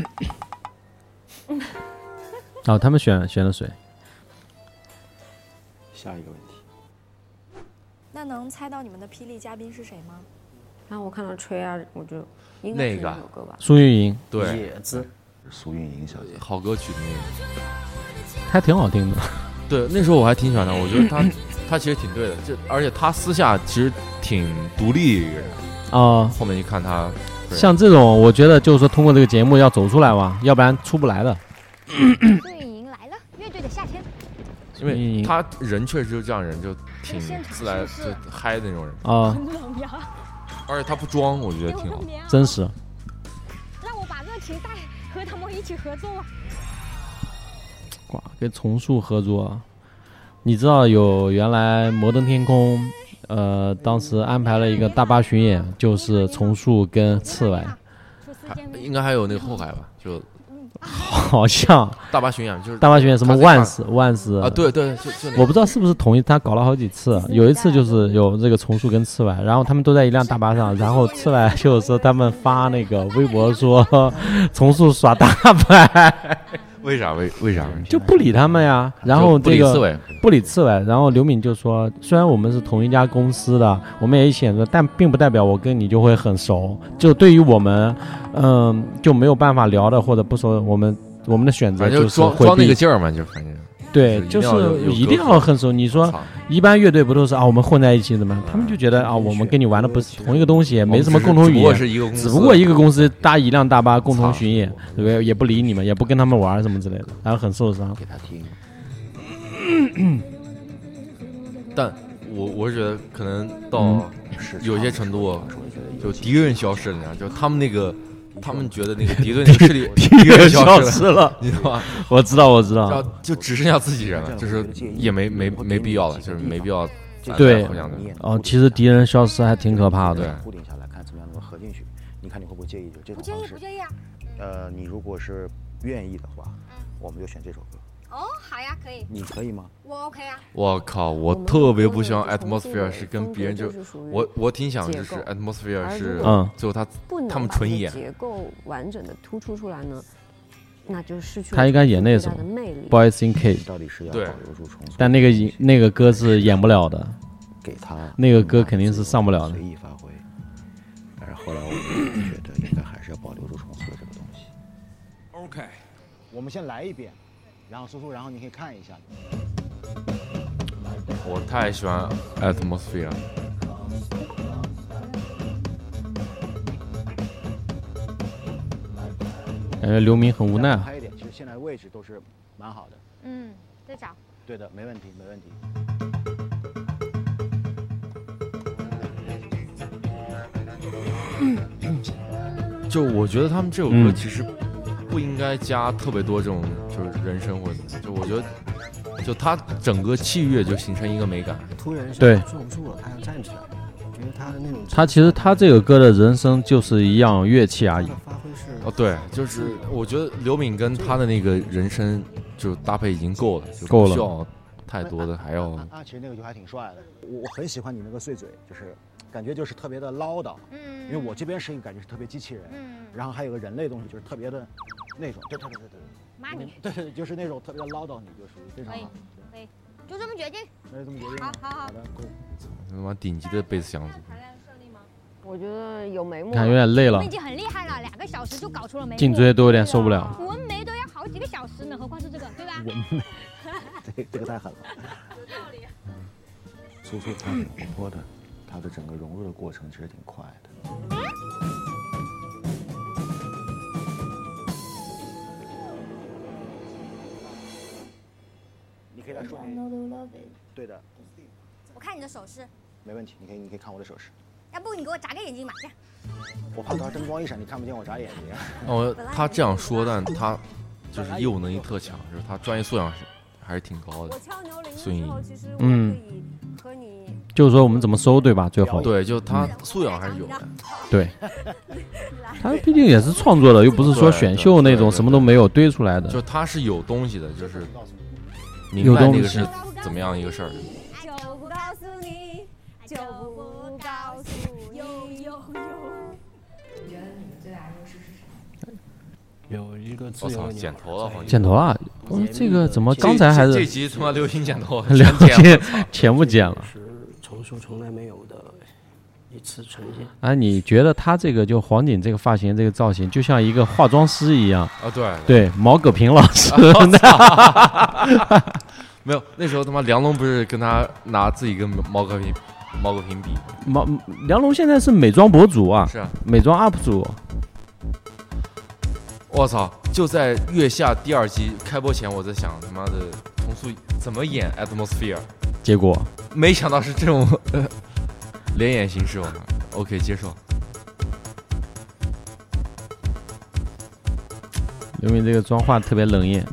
S1: 哦，他们选选的谁？
S24: 下一个问题，
S7: 那能猜到你们的霹雳嘉宾是谁吗？然后我 看到吹啊，我就应
S2: 该是那个那首
S7: 歌吧
S1: 苏运莹，
S2: 对，
S24: 野子，苏运莹小姐，
S2: 好歌曲的那个。
S1: 还挺好听的。
S2: 对，那时候我还挺喜欢他，我觉得 他他其实挺对的，这而且他私下其实挺独立的一个人。
S1: 啊
S2: 后面一看他， 对
S1: 像这种，我觉得就是说通过这个节目要走出来嘛，要不然出不来的。
S12: 所以迎来了乐队的夏天。
S2: 因为他人确实就这样人，就挺自来
S12: 是
S2: 就
S12: 不是
S2: 嗨的那种人
S1: 啊
S12: 冷呀，
S2: 而且他不装，我觉得挺好。
S1: 真实。
S12: 让我把热情带和他们一起合作吧。
S1: 哇，跟重塑合作，你知道有原来摩登天空，呃，当时安排了一个大巴巡演，就是重塑跟刺猬，
S2: 还应该还有那个后海吧， 就
S1: 好像
S2: 大巴巡演就是
S1: 大巴巡演什么
S2: 他在
S1: 万
S2: 看
S1: 斯万斯
S2: 啊对对就就那个
S1: 我不知道是不是同一，他搞了好几次，有一次就是有这个重塑跟刺猬，然后他们都在一辆大巴上，然后刺猬就说他们发那个微博说 重塑耍大牌。
S2: 为啥为为啥？
S1: 就不理他们呀。然后这
S2: 就不理刺
S1: 个
S2: 猬
S1: 不理刺猬，然后刘敏就说：“虽然我们是同一家公司的，我们也一起演出，但并不代表我跟你就会很熟。就对于我们，嗯，就没有办法聊的或者不熟，我们我们的选择
S2: 反正
S1: 就是
S2: 就装
S1: 回
S2: 装那
S1: 避
S2: 个劲儿嘛，就反正
S1: 对，
S2: 就一
S1: 就是
S2: 定要有有
S1: 是一
S2: 隔
S1: 定
S2: 阂
S1: 要很熟。你说一般乐队不都是啊，我们混在一起怎么样？
S2: 嗯
S1: 他们就觉得啊，我们跟你玩的不是同一个东西，没什么共同
S2: 只
S1: 语
S2: 不过
S1: 言，
S2: 是一个公司
S1: 只不过一个公司搭一辆大巴共同巡演，对不对？也不理你们，也不跟他们玩什么之类的，然后很受伤。
S24: 给他听。
S9: 嗯
S2: 但我我是觉得可能
S1: 嗯
S2: 到有些程度，就敌人消失了，你知道，就他们那个。他们觉得那个敌对那个势力
S1: 敌
S2: 敌
S1: 人
S2: 消
S1: 消失了
S2: 你知道吧？
S1: 我知道我知道
S2: 然后就只剩下自己人了，就是也没没没必要了，就是没必要再
S1: 对
S2: 互相的。，
S1: 哦，其实敌人消失还挺可怕的。
S24: 固定下来，看怎么样能够合进去。你看你会不会介意？就这种
S12: 不介
S24: 方
S12: 意，
S24: 式
S12: 不。介意啊。
S24: 呃，你如果是愿意的话，我们就选这首歌。
S12: 哦，好呀，可以。
S24: 你可以吗？
S12: 我 OK 啊。
S2: 我靠，我
S12: 们
S2: 特别不希望
S12: 的重庆
S2: atmosphere
S12: 的
S2: 是跟别人就
S12: 风格就是属于
S2: 我我挺想就是
S12: 结构
S2: atmosphere
S12: 而
S2: 是
S12: 如
S1: 嗯
S12: 果
S2: 最后他
S12: 不能
S2: 他们
S12: 把
S2: 纯
S12: 这个
S2: 演
S12: 结构完整的突出出来呢，那就失去了
S1: 他应该演那
S12: 最
S1: 首
S12: 大的魅力
S1: 《Boys in Cage》，
S2: 对，
S1: 但那个影那个歌是演不了的，
S24: 给他
S1: 那个歌肯定是上不了的
S24: 随。意发挥。但是后来我们觉得应该还是要保留住重塑这个东西。
S10: OK，
S26: 我们先来一遍，然后苏苏，然后你可以看一下。
S2: 我太喜欢 atmosphere 了。
S1: 感觉刘明很无奈啊。
S26: 拍一点，其实现在位置都是蛮好的。
S12: 嗯，再找。
S26: 对的，没问题，没问题。
S2: 就我觉得他们这首歌
S1: 嗯
S2: 其实不应该加特别多这种就是人声或者怎么样就我觉得就它整个器乐就形成一个美感。
S26: 突然
S1: 对
S26: 重塑了，他要站起来，因为他的那种
S1: 他其实他这个歌的人声就是一样乐器而已，
S2: 哦，对，就是我觉得刘敏跟他的那个人生就搭配已经够了，就
S1: 够
S2: 不
S1: 了
S2: 需要太多的，还要
S26: 啊，其实那个就还挺帅的，我我很喜欢你那个碎嘴，就是感觉就是特别的唠叨，嗯，因为我这边是一个感觉是特别机器人，嗯，然后还有个人类东西，就是特别的那种，对对对对对，
S23: 骂你，
S26: 对对，就是那种特别的唠叨你，就属于非常
S23: 可以
S26: 好，
S23: 可以，就这么决定。
S26: 那就这么决定
S23: 好
S26: 了，
S23: 好好
S26: 好。的，
S2: 他妈顶级的贝斯箱子。
S12: 我觉得有眉目，
S1: 感觉有点累了
S23: 我们已经很厉害了，两个小时就搞出了眉。
S1: 颈椎都有点受不了。
S23: 纹眉都要好几个小时呢，何况是这个，对吧？
S26: 纹 眉，这 这个太狠了。
S25: 啊
S24: 苏苏她挺活泼的，她的整个融入的过程其实挺快的。
S26: 你可以来说你，对的，
S23: 我看你的手势，
S26: 没问题，你可以你可以看我的手势，
S23: 要不你给我眨个眼睛吧，这样。
S26: 我怕到时候灯光一闪你看不见我眨眼睛。
S2: 哦，他这样说，但他就是业务能力特强，就是他专业素养是还是挺高的。孙颖，
S1: 嗯，就是说我们怎么收对吧？最后
S2: 对，就他素养还是有的。
S1: 对，他毕竟也是创作的，又不是说选秀那种什么都没有堆出来的。
S2: 就他是有东西的，就是明
S1: 有
S2: 白
S1: 东
S2: 那个
S1: 西
S2: 是怎么样一个事儿。
S23: 就不告诉你，就不告诉你。呦呦呦！
S27: 你觉得你们最大优势是什么？
S24: 有一个自
S2: 我
S24: 由
S2: 操，
S24: 的女
S2: 剪
S24: 孩
S2: 头了，
S1: 剪头了，我说这个怎么刚才还
S2: 这这
S1: 是
S2: 集他妈流行剪 头，啊
S1: 聊
S2: 全剪
S1: 天
S2: 了我操
S1: 全部剪了？
S24: 是重塑从来没有的一次呈现。
S1: 哎，你觉得他这个就黄景这个发型这个造型，就像一个化妆师一样
S2: 啊对
S1: 对，毛戈平老 师
S2: 我操 没有，那时候他妈梁龙不是跟他拿自己跟毛戈平毛戈平比，
S1: 毛梁龙现在是美妆博主啊，
S2: 是啊
S1: 美妆 UP 主，
S2: 我操！就在月下第二季开播前，我在想他妈的重塑怎么演 atmosphere，
S1: 结果
S2: 没想到是这种呃脸演形式，我靠，OK 接受。
S1: 刘明这个妆化特别冷艳，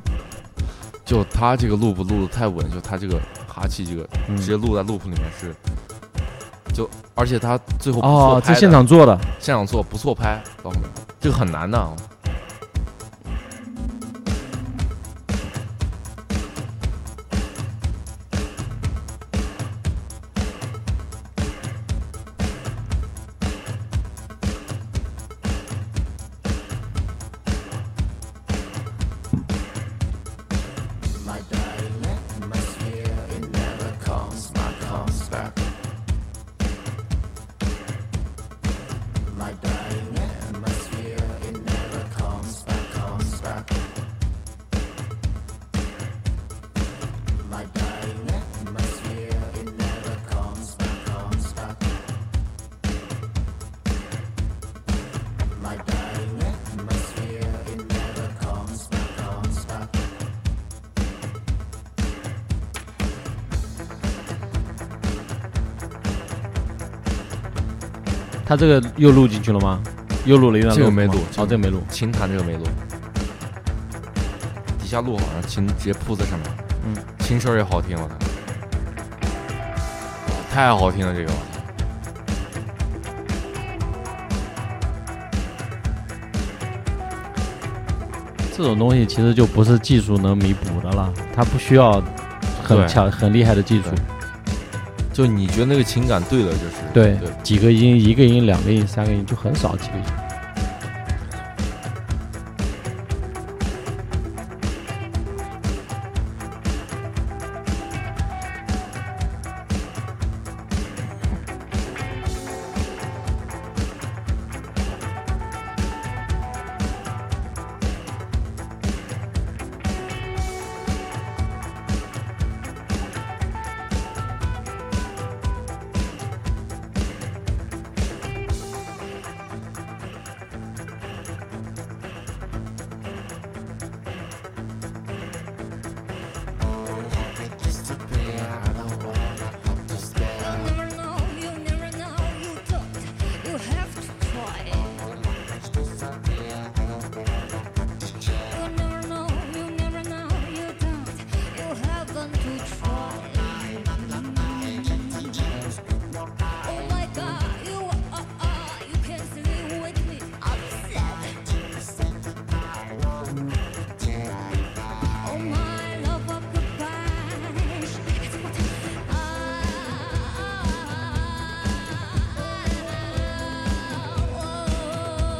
S2: 就他这个 loop 录的太稳，就他这个哈气这个、
S1: 嗯
S2: 直接录在 loop 里面是，就而且他最后不
S1: 哦
S2: 错拍
S1: 这现场做的，
S2: 现场做不错拍，老妹，这个很难的。
S22: My dying atmosphere, it never comes, my comes back. My dying atmosphere, it never comes back, comes back. My dying atmosphere, it never comes back, comes back. My dying atmosphere, it never comes back, comes back.
S1: 他这个又录进去了吗？又录了一段，
S2: 这个没录，
S1: 哦，这个没录，
S2: 琴弹这个没录，底下录好像琴直接铺在上面，
S1: 嗯，
S2: 琴声儿也好听，我操，太好听了这个，
S1: 这种东西其实就不是技术能弥补的了，它不需要很
S2: 对
S1: 强很厉害的技术，
S2: 就你觉得那个情感对了，就是
S1: 对
S2: 对，，
S1: 几个音，一个音，两个音，三个音，就很少几个音。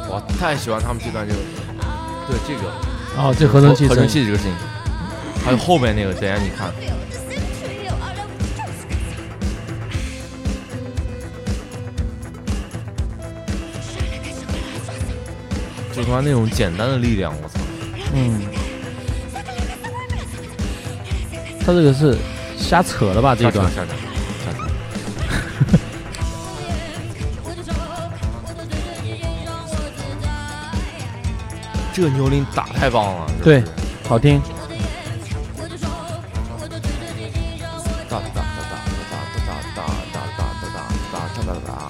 S2: 我太喜欢他们这段这个，对这个，
S1: 哦这合成器
S2: 合成
S1: 声
S2: 器
S1: 音
S2: 这个事情，还有后面那个，等一下你看，就他妈那种简单的力量，我操，
S1: 嗯，他这个是瞎扯的吧？这一段
S2: 下场下场 下场这个牛铃打太棒了，
S1: 对，好听。
S2: 哒哒哒哒哒哒哒哒哒哒哒哒哒哒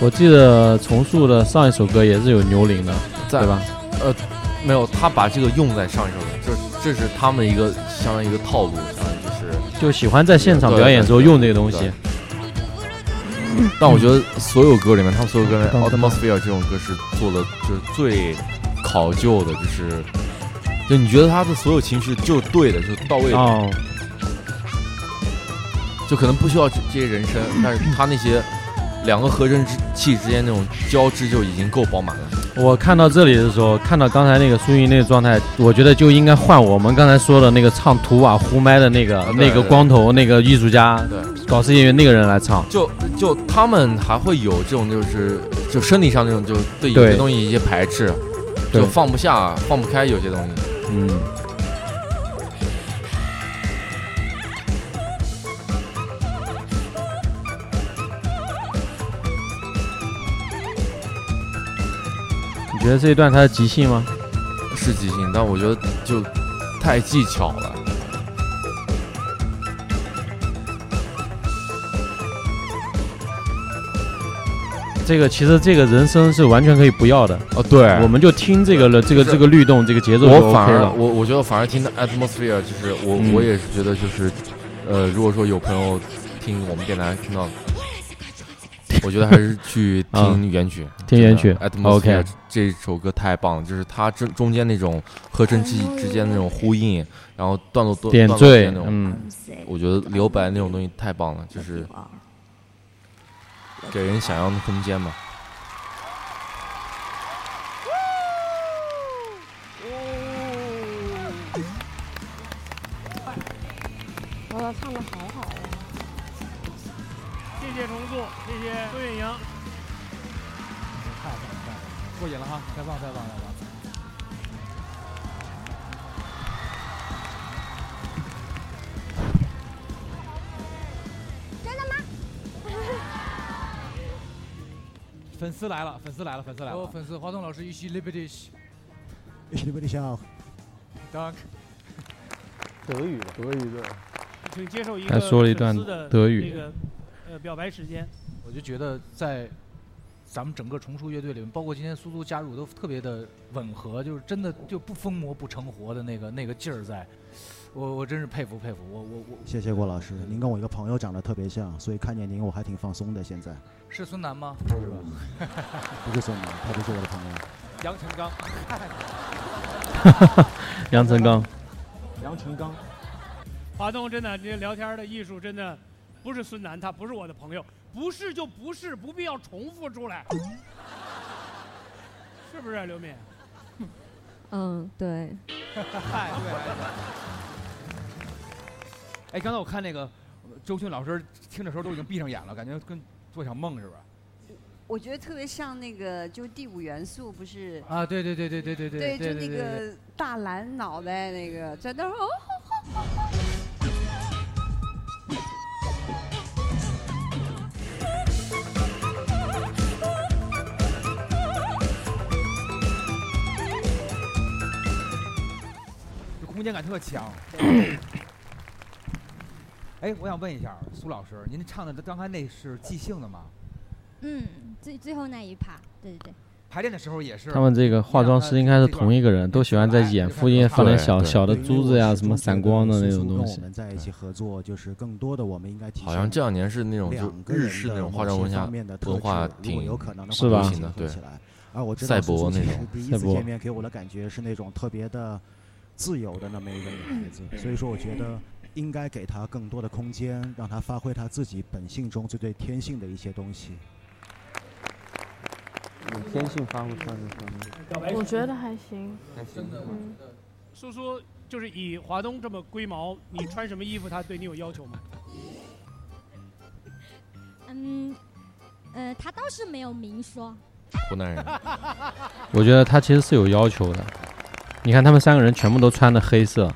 S1: 我记得重塑的上一首歌也是有牛铃的，
S2: 在
S1: 对吧？？
S2: 呃，没有，他把这个用在上一首歌，就是这是他们一个相当于一个套路，相当于就是
S1: 就喜欢在现场表演时候用这个东西。
S2: 但我觉得所有歌里面，他们所有歌里
S1: 嗯
S2: 面，Atmosphere 这种歌是做的就是最考究的，就是就你觉得他的所有情绪就是对的，就是到位的。
S1: 哦
S2: 就可能不需要这这些人声，但是他那些两个合成之器之间那种交织就已经够饱满了。
S1: 我看到这里的时候，看到刚才那个苏云那个状态，我觉得就应该换我们刚才说的那个唱图瓦呼麦的那个、
S2: 啊对
S1: 那个光头那个艺术家，
S2: 对
S1: 搞事业那个人来唱。
S2: 就就他们还会有这种就是就身体上那种就对有
S1: 对
S2: 些东西一些排斥，
S1: 对
S2: 就放不下放不开有些东西。
S1: 嗯，你觉得这一段他的即兴吗？
S2: 是即兴，但我觉得就太技巧了。
S1: 这个其实这个人声是完全可以不要的
S2: 哦，对
S1: 我们就听这个了，这个
S2: 就是
S1: 这个律动，这个节奏就
S2: 我反
S1: OK
S2: 而
S1: 了。
S2: 我我觉得反而听的 atmosphere 就是我、
S1: 嗯
S2: 我也是觉得就是，呃，如果说有朋友听我们电台听到，我觉得还是 去听
S1: 嗯
S2: 原曲，
S1: 听原曲
S2: a t m o s p h e r
S1: ，OK
S2: e 这首歌太棒了，就是它中中间那种合成器之间那种呼应，然后段落多
S1: 点
S2: 段落之间
S1: 缀
S2: 那种，
S1: 嗯，
S2: 我觉得留白那种东西太棒了，就是给人想象的空间嘛。
S12: 我操，唱的好好呀！
S4: 谢谢重塑，谢谢孙运莹。
S9: 太棒了，太棒了，过瘾了哈！太棒，太棒，太棒！
S13: 粉丝来了，粉丝来了，粉丝来了！有粉丝，华东老师一起 liberty，
S9: 你们想
S13: dank。
S9: 德语的，德语的，
S4: 请接受一
S1: 他
S4: 个
S1: 说了一段
S4: 粉丝的
S1: 德语
S4: 那个呃表白时间。
S9: 我就觉得在咱们整个重塑乐队里面，包括今天苏苏加入，都特别的吻合，就是真的就不疯魔不成活的那个那个劲儿在。我我真是佩服佩服，我我我
S26: 谢谢郭老师，您跟我一个朋友长得特别像，所以看见您我还挺放松的。现在
S9: 是孙楠吗？不是吧？
S26: 不是孙楠，他不是我的朋友。
S13: 杨成 刚，
S1: 杨成刚，
S9: 杨成刚，
S4: 华东真的，这聊天的艺术真的不是孙楠，他不是我的朋友，不是就不是，不必要重复 出来，是不是刘敏？
S12: 嗯，对。
S13: 嗨，对。哎，刚才我看那个周迅老师听的时候都已经闭上眼了，感觉跟做一场梦似吧？
S15: 我觉得特别像那个，就第五元素不是
S13: 啊，对对对对对对
S15: 对，就
S13: 对
S15: 那个大蓝脑袋那个在那儿哦。
S13: 就空间感特强。哎，我想问一下苏老师，您唱的刚才那是即兴的吗？
S25: 嗯，最最后那一趴，对对对。
S13: 排练的时候也是。
S1: 他们这个化妆师应该是同一个人，都喜欢在眼附近放点小小的珠子呀、什么闪光的那种东
S26: 我
S1: 西。
S26: 们在一起合作，就是更多的我们应该提
S2: 好像这两年是那种
S26: 两
S2: 就
S26: 个人
S2: 日
S26: 的
S2: 式那种
S26: 某
S2: 化妆
S26: 些
S2: 文化
S26: 方面的特
S2: 文化
S26: 质如
S2: 挺
S26: 果有可能的话
S1: 是吧
S2: 流行的，对
S26: 结合起来。啊，我知道
S2: 赛
S26: 苏苏
S2: 博那
S26: 其实
S2: 种
S26: 第一
S1: 赛
S26: 次
S1: 博
S26: 见面给我的感觉是那种特别的自由的那么一个女孩子，所以说我觉得应该给她更多的空间，让她发挥她自己本性中最对天性的一些东西。
S5: 有天性发挥出来的方面。
S8: 我觉得还行，
S5: 还行
S8: 真的
S5: 嗯
S4: 苏苏就是以华东这么龟毛，你穿什么衣服，他对你有要求吗？
S25: 嗯，呃，他倒是没有明说。
S1: 湖南人，我觉得他其实是有要求的。你看他们三个人全部都穿的黑色，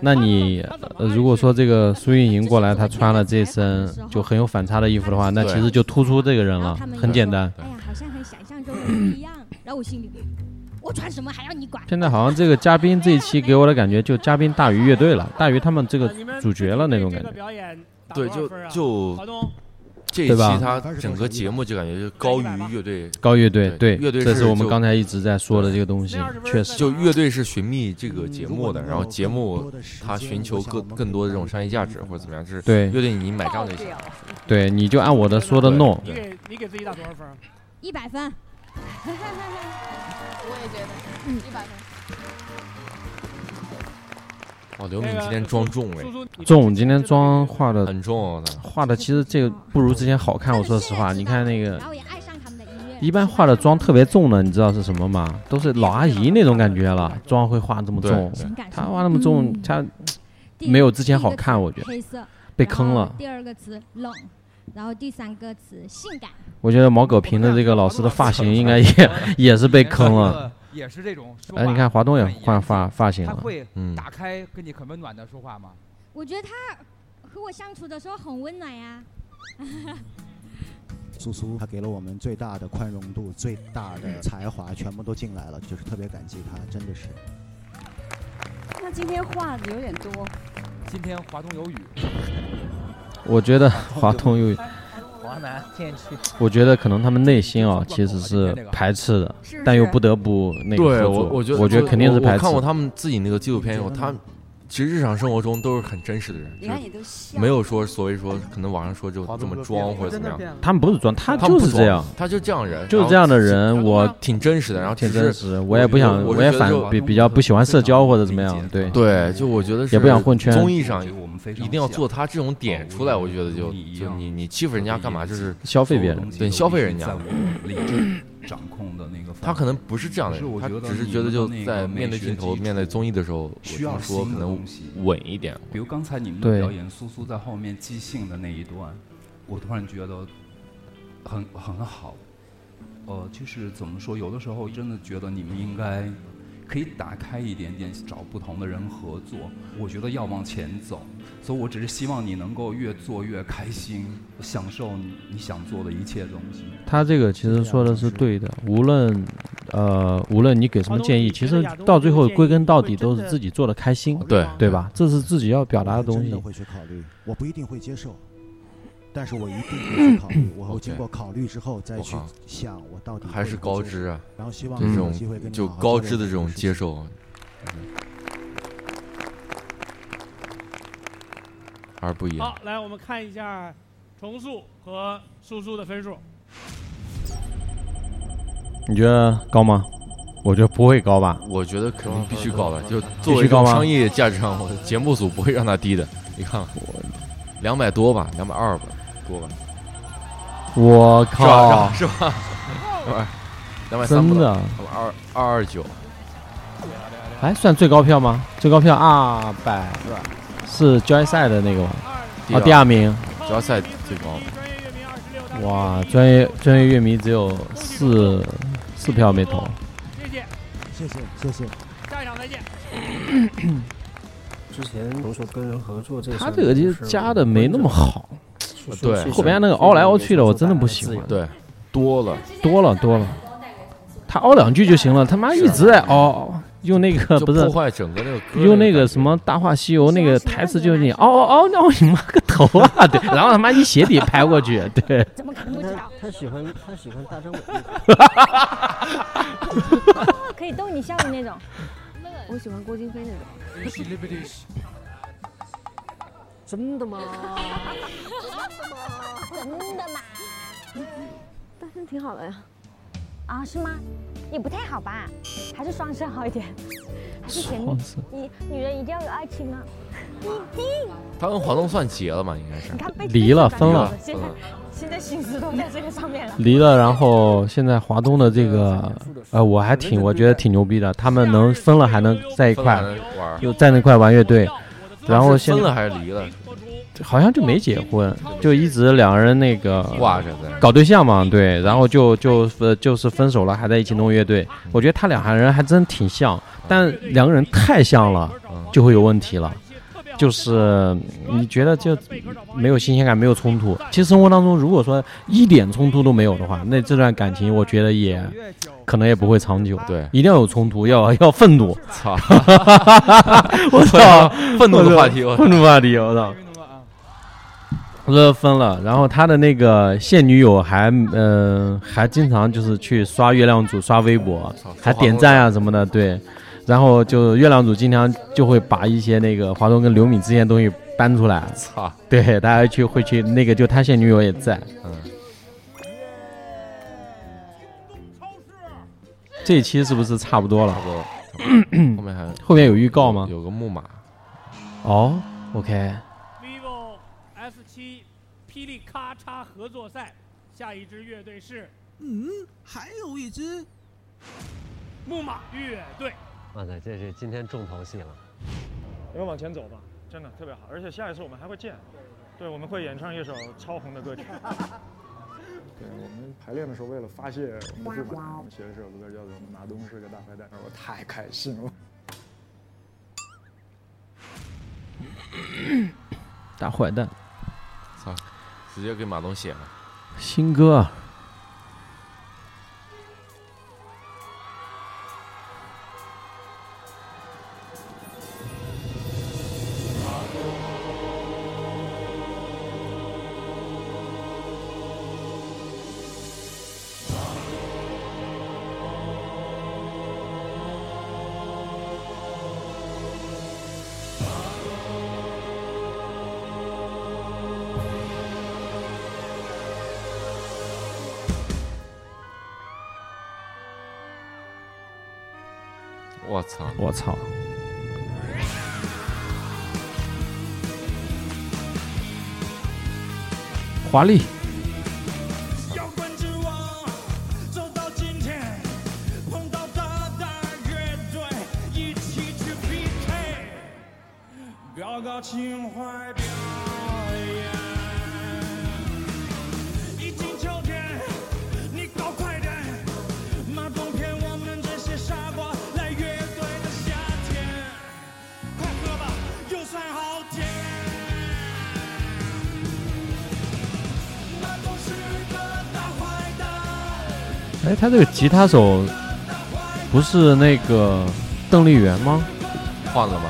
S1: 那你、呃、如果说这个苏运莹过来，她穿了这身就很有反差的衣服的话，那
S2: 对
S1: 其实就突出这个人了
S25: 他们，
S1: 很
S25: 也
S1: 简
S25: 说
S1: 单。
S25: 哎呀，好像和想象中的不一样。然后我心里，我穿什么还要你管？
S1: 现在好像这个嘉宾这一期给我的感觉就嘉宾大于乐队了，大于他们这个主角了那种感觉。
S2: 对，就
S15: 啊
S2: 就这一
S1: 对
S2: 期
S1: 吧
S2: 他整个节目就感觉就高于乐队，
S1: 高乐队，
S2: 对，乐队
S1: 这是我们
S2: 就
S1: 刚才一直在说的这个东西，确实。
S2: 就乐队是寻觅这个节目的，然后节目它寻求更更多的这种商业价值或者怎么样，就是
S1: 对
S2: 乐队你买账就行。
S1: 对，你就按我的说的弄。
S4: 你给你给自己打多少分？
S25: 一百分。
S27: 我也觉得，
S25: 嗯，
S27: 一百分。
S2: 哦，刘敏今天妆重哎，
S1: 重，今天妆化的
S2: 很重，啊
S1: 画的其实这个不如之前好看。我说实话，你看那个，一般化的妆特别重的，你知道是什么吗？都是老阿姨那种感觉了，妆会化这么重
S25: 对对，
S1: 她化那么重，她
S25: 第
S1: 没有之前好
S25: 第一个
S1: 看，
S25: 词
S1: 我觉
S25: 黑
S1: 得
S25: 色
S1: 被
S25: 然
S1: 坑
S25: 后
S1: 了。
S25: 第二个词冷，然后第三个词性感。
S1: 我觉得毛戈平的这个老师的发型应该也 也是被坑了，
S13: 也是这种说法
S1: 哎，你看华东也换发发型
S13: 他
S1: 了，
S13: 会
S1: 嗯，
S13: 打开哎跟你很温暖的说话吗？
S25: 我觉得他和我相处的时候很温暖呀。
S26: 苏苏，他给了我们最大的宽容度、最大的才华，全部都进来了，就是特别感激他，真的是。
S15: 那今天话的有点多，
S13: 今天华东有雨，
S1: 我觉得华东又，
S13: 华南天气。
S1: 我觉得可能他们内心啊其实是排斥的，但又不得不那个
S2: 对我，
S1: 做作
S2: 我觉得
S1: 我觉得肯定
S2: 我
S1: 是排
S2: 我
S1: 斥
S2: 看过他们自己那个纪录片以后，他们其实日常生活中都是很真实的人，
S15: 你看
S2: 就
S15: 你都笑
S2: 没有说所谓说可能网上说就这么装或者怎么样，
S1: 他们不是装，他
S2: 他们
S1: 就
S2: 不
S1: 是
S2: 装
S1: 这样，
S2: 他就这样人，
S1: 就是这样的人，我
S2: 挺真实的，然后
S1: 挺
S2: 只是
S1: 真实，我也不想，
S2: 我
S1: 我
S2: 是
S1: 也
S2: 觉得
S1: 反
S2: 就
S1: 比比较不喜欢社交或者怎么样，对
S2: 对，就我觉得
S1: 也不想混圈，
S2: 综艺上一定要做他这种点出来，我觉得就就你你欺负人家干嘛？就是
S1: 消费别人
S2: 对消费人家
S21: 在我。理智 掌控的那个范围。
S2: 他可能不是这样的
S21: 可是
S2: 人，
S21: 我
S2: 他
S21: 觉得
S2: 只是
S21: 你
S2: 觉得
S21: 们
S2: 就
S21: 的那个
S2: 在
S21: 美
S2: 面对
S21: 学
S2: 镜头、
S21: 基
S2: 面对综艺的时候，
S21: 需要
S2: 我听说
S21: 新的
S2: 可能
S21: 东西
S2: 稳一点。
S21: 比如刚才你们
S1: 对
S21: 的表演，苏苏在后面即兴的那一段，我突然觉得很很好。呃，就是怎么说，有的时候真的觉得你们应该可以打开一点点，找不同的人合作。我觉得要往前走，所以我只是希望你能够越做越开心，享受你你想做的一切东西。
S1: 他这个其实说的是对的，无论呃，无论你给什么建议，其实到最后归根到底都是自己做的开心，
S2: 对
S1: 对吧？这是自己要表达的东
S26: 真
S1: 西
S26: 的。会去考虑，我不一定会接受，但是我一定会去考
S1: 嗯
S26: 虑，我会经过考虑之后再去
S2: 我靠
S26: 想我到底
S2: 还
S26: 会
S2: 是
S26: 不会
S2: 高
S26: 接
S2: 知啊
S26: 受，然后希望
S2: 这
S26: 有机会
S2: 种
S26: 跟你
S2: 就
S26: 好好
S2: 高
S26: 交流
S2: 知的这种
S26: 事情
S2: 接受。啊而不一样，
S4: 好，来我们看一下重塑和苏苏的分数。
S1: 你觉得高吗？我觉得不会高吧。
S2: 我觉得肯定必须高的，就
S1: 必
S2: 作为
S1: 须
S2: 一
S1: 高
S2: 种
S1: 吗
S2: 商业价值上，我的节目组不会让它低的。你看，两百多吧，两百二吧，多吧，
S1: 我
S2: 是吧
S1: 靠，？
S2: 是吧？是吧？ 两百三
S1: 真的
S2: 二二二九，
S1: 哎，算最高票吗？最高票二百是交易赛的那个吗？哦，第二名。
S2: 主要赛最高。
S1: 哇，专业专业乐迷只有四四票没投。
S6: 谢谢谢谢。
S4: 下一场再见。
S5: 之前都说跟人合作这事儿
S1: 他这个其实加的没那么好，
S2: 对
S1: 后边那个凹来凹去的，我真的不喜欢。
S2: 对，多了，
S1: 多了，多了。他凹两句就行了，他妈一直在凹，用那个
S2: 就
S1: 不是
S2: 破坏整个那个歌
S1: 用那个什么《大话西游》那个台词，就是你凹凹凹，那我你妈个头啊！对，然后他妈一鞋底拍过去，对。
S27: 怎么可能不知道？
S5: 他喜欢他喜欢大张伟。
S27: 哦可以逗你笑的那种。
S12: 我喜欢郭京飞那种。真的吗？
S27: 哦真的吗？
S12: 单身挺好的呀。
S27: 啊，是吗？也不太好吧，还是双生好一点，还是甜蜜
S2: 双生。
S27: 女女人一定要有爱情啊！一定。
S2: 他跟华东算结了吧？应该是
S1: 嗯
S27: 你看被
S1: 离了
S27: 被
S1: 分了
S27: 现在
S2: 嗯
S28: 现在心思都在这个上面了。
S1: 离了，然后现在华东的这个，呃，我还挺，我觉得挺牛逼的，他们能分了还能在一块
S2: 分了还能玩，
S1: 就在那块玩乐队，然后
S2: 是
S1: 现
S2: 分
S1: 在
S2: 了还是离了？
S1: 好像就没结婚，就一直两个人那个
S2: 挂着在
S1: 搞对象嘛，对，然后就就呃就是分手了，还在一起弄乐队。我觉得他两个人还真挺像，但两个人太像了，
S2: 嗯
S1: 就会有问题了。就是你觉得就没有新鲜感，没有冲突。其实生活当中，如果说一点冲突都没有的话，那这段感情我觉得也可能也不会长久。
S2: 对，
S1: 一定要有冲突，要要愤怒。
S2: 操
S1: 我 操！
S2: 愤怒的
S1: 我操
S2: 话题我操
S1: 愤怒话题，我操！我说分了，然后他的那个现女友还呃还经常就是去刷月亮组、刷微
S2: 哦
S1: 博，还点赞啊什么的，对。然后就月亮组经常就会把一些那个华东跟刘敏之间的东西搬出来，
S2: 操！
S1: 对，大家去会去那个，就他现女友也在，
S2: 嗯。
S1: 这一期是不是差不多了？
S2: 差不 多后面还
S1: 后面有预告吗？
S2: 有个木马，
S1: 哦，OK，
S4: vivo S 7霹雳咔嚓合作赛，下一支乐队是
S9: 嗯，还有一只
S4: 木马乐队。
S5: 哇塞，这是今天重头戏了。
S29: 我们往前走吧，真的特别好，而且下一次我们还会见，对，我们会演唱一首超红的歌曲。
S18: 对我们排练的时候，为了发泄我们的不
S29: 哦
S18: 满，我们写了一首歌叫做《马东是个大坏蛋》，我太开心了。
S1: 大坏蛋，
S2: 操！直接给马东写了。
S1: 新歌啊，
S2: 我操！
S1: 我操！华丽，
S9: 要关注我，走到今天，碰到大大乐队，一起去 PK，搞搞情怀表演。一进秋天，你搞快点，马冬骗我们这些傻瓜来乐队的夏天，快喝吧，又酸好甜。马冬是个大坏蛋。
S1: 哎，他这个吉他手不是那个邓丽媛吗？
S2: 换了吗？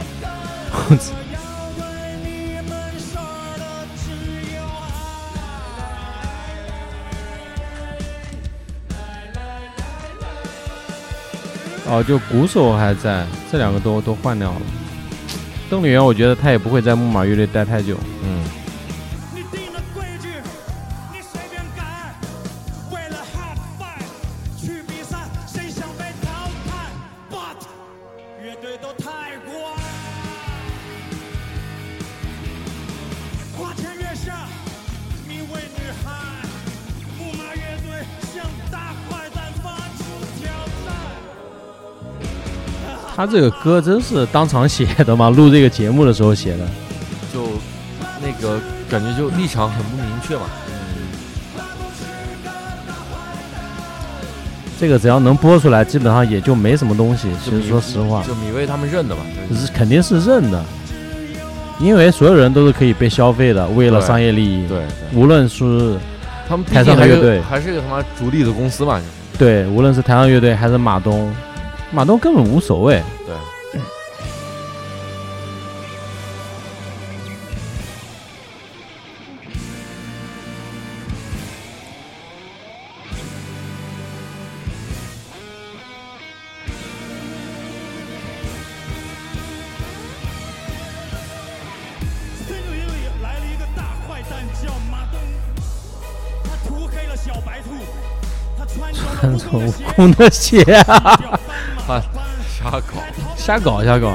S1: 我操！哦，就鼓手还在，这两个都都换掉了。邓丽媛，我觉得她也不会在木马乐队待太久。
S2: 嗯，
S9: 你定了规矩，你随便改。为了 high five 去比赛，谁想被淘汰？But 乐队都太乖，花前月下，你为女孩。木马乐队向大坏蛋发出挑战。
S1: 他这个歌真是当场写的吗？录这个节目的时候写的。
S2: 就那个感觉就立场很不明确嘛。
S1: 嗯这个只要能播出来，基本上也就没什么东西。其实说实话，
S2: 就米未他们认的嘛，就是
S1: 肯定是认的，因为所有人都是可以被消费的，为了
S2: 对
S1: 商业利益，
S2: 对
S1: 无论是
S2: 他们毕
S1: 台
S2: 竟
S1: 上
S2: 还
S1: 的乐
S2: 是
S1: 队，
S2: 还是个他妈逐利的公司嘛，就是
S1: 对，无论是台上乐队还是马东，马东根本无所谓。
S2: 对。
S9: 森林里来了一个大坏蛋，叫马东，他涂黑了小白兔，他穿着
S1: 穿着蜈蚣的鞋，
S2: 啊，瞎搞，
S1: 瞎搞瞎搞，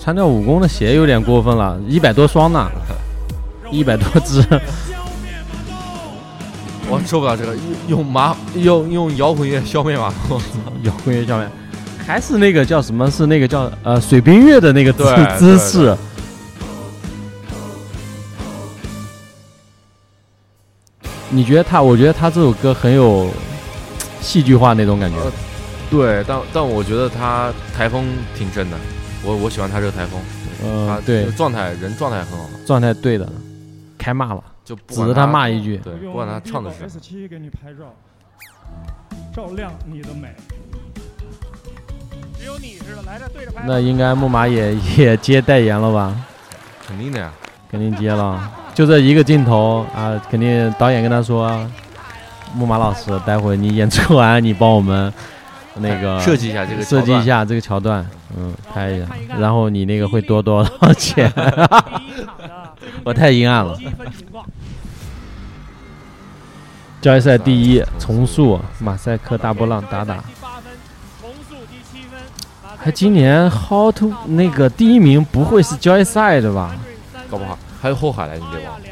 S1: 穿着蜈蚣的鞋有点过 分了，一百多双呢，一百多只。
S2: 受不了这个，用用麻用用摇滚乐消灭马蜂，
S1: 摇滚乐下面还是那个叫什么？是那个叫呃水冰月的那个 姿
S2: 对对
S1: 姿势。你觉得他？我觉得他这首歌很有戏剧化那种感觉。
S2: 呃对，但但我觉得他台风挺正的，我我喜欢他这个台风，
S1: 嗯
S2: 他
S1: 对
S2: 状态人状态很好，
S1: 状态对的，开骂了，
S2: 就不
S1: 指
S2: 管
S1: 着
S2: 他
S1: 骂一句，
S2: 对不管他唱的是什么
S18: S 七给你拍照，照亮你的美。
S4: 只有你知道，来这对着拍。
S1: 那应该木马也 也接代言了吧？
S2: 肯定的呀。
S1: 肯定接了，就这一个镜头啊，肯定导演跟他说，啊木马老师，待会儿你演出完，你帮我们那个
S2: 设计一下这个桥
S1: 设
S2: 段
S1: 计一下这个桥段，嗯，拍一下，然后你那个会多多少 钱？我太阴暗了。交易赛第一，重塑马赛克大波浪打打。还今年 How to 那个第一名不会是交易赛的吧？
S2: 搞不好还有后海来，你别忘了，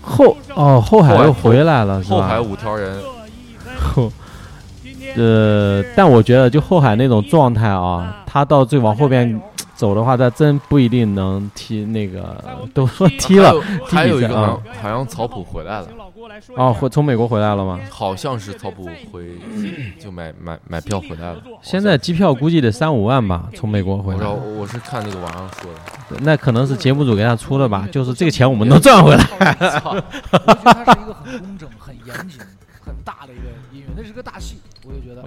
S1: 后哦，后海又回来了，是吧？
S2: 后海五条人，
S1: 后， 呃，但我觉得就后海那种状态啊，他到最往后边走的话，他真不一定能踢那个，都说踢了，踢
S2: 还有还有
S1: 比
S2: 一
S1: 赛
S2: 个
S1: 啊
S2: 好像好像曹普回来了，
S1: 哦，回从美国回来了吗？
S2: 好像是曹普回就买买买票回来了。
S1: 现在机票估计得三五万吧，从美国回
S2: 我
S1: 来
S2: 说，我是看那个网上说的，
S1: 那可能是节目组给他出的吧，就是这个钱我们能赚回来
S9: 我觉得它是一个很工整、很严谨、很大的一个音乐，那是个大戏，我就觉得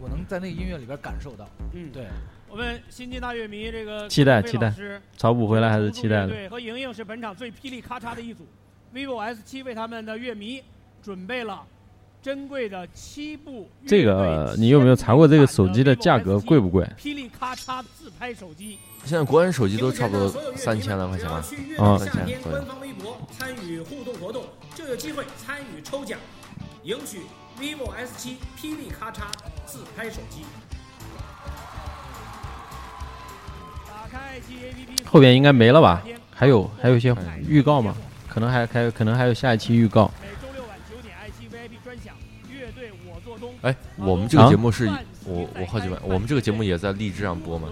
S9: 我能在那个音乐里边感受到。
S4: 嗯，
S9: 对，
S4: 我们新晋大乐迷这个
S1: 期待
S4: 飞
S1: 期
S4: 老
S1: 待
S4: 师，
S1: 曹普回来还是期待的。
S4: 对，和莹莹是本场最霹雳咔嚓的一组。vivo S 7为他们的乐迷准备了珍贵的七部
S1: 这个呃你有没有查过这个手机的价格贵不贵？
S4: 霹雳咔嚓自拍手机。
S2: 现在国人手机都差不多三千来块钱吧，
S1: 嗯
S2: 三千左右。
S3: 方微博参与互动活动，就有机会参与抽奖，赢取 vivo S 7霹雳咔嚓自拍手机。
S1: 后边应该没了吧？还有还有一些预告嘛，可能还还有可能还有下一期预告。
S2: 哎，我们这个节目
S1: 啊
S2: 是，我我好奇问，我们这个节目也在荔枝上播吗？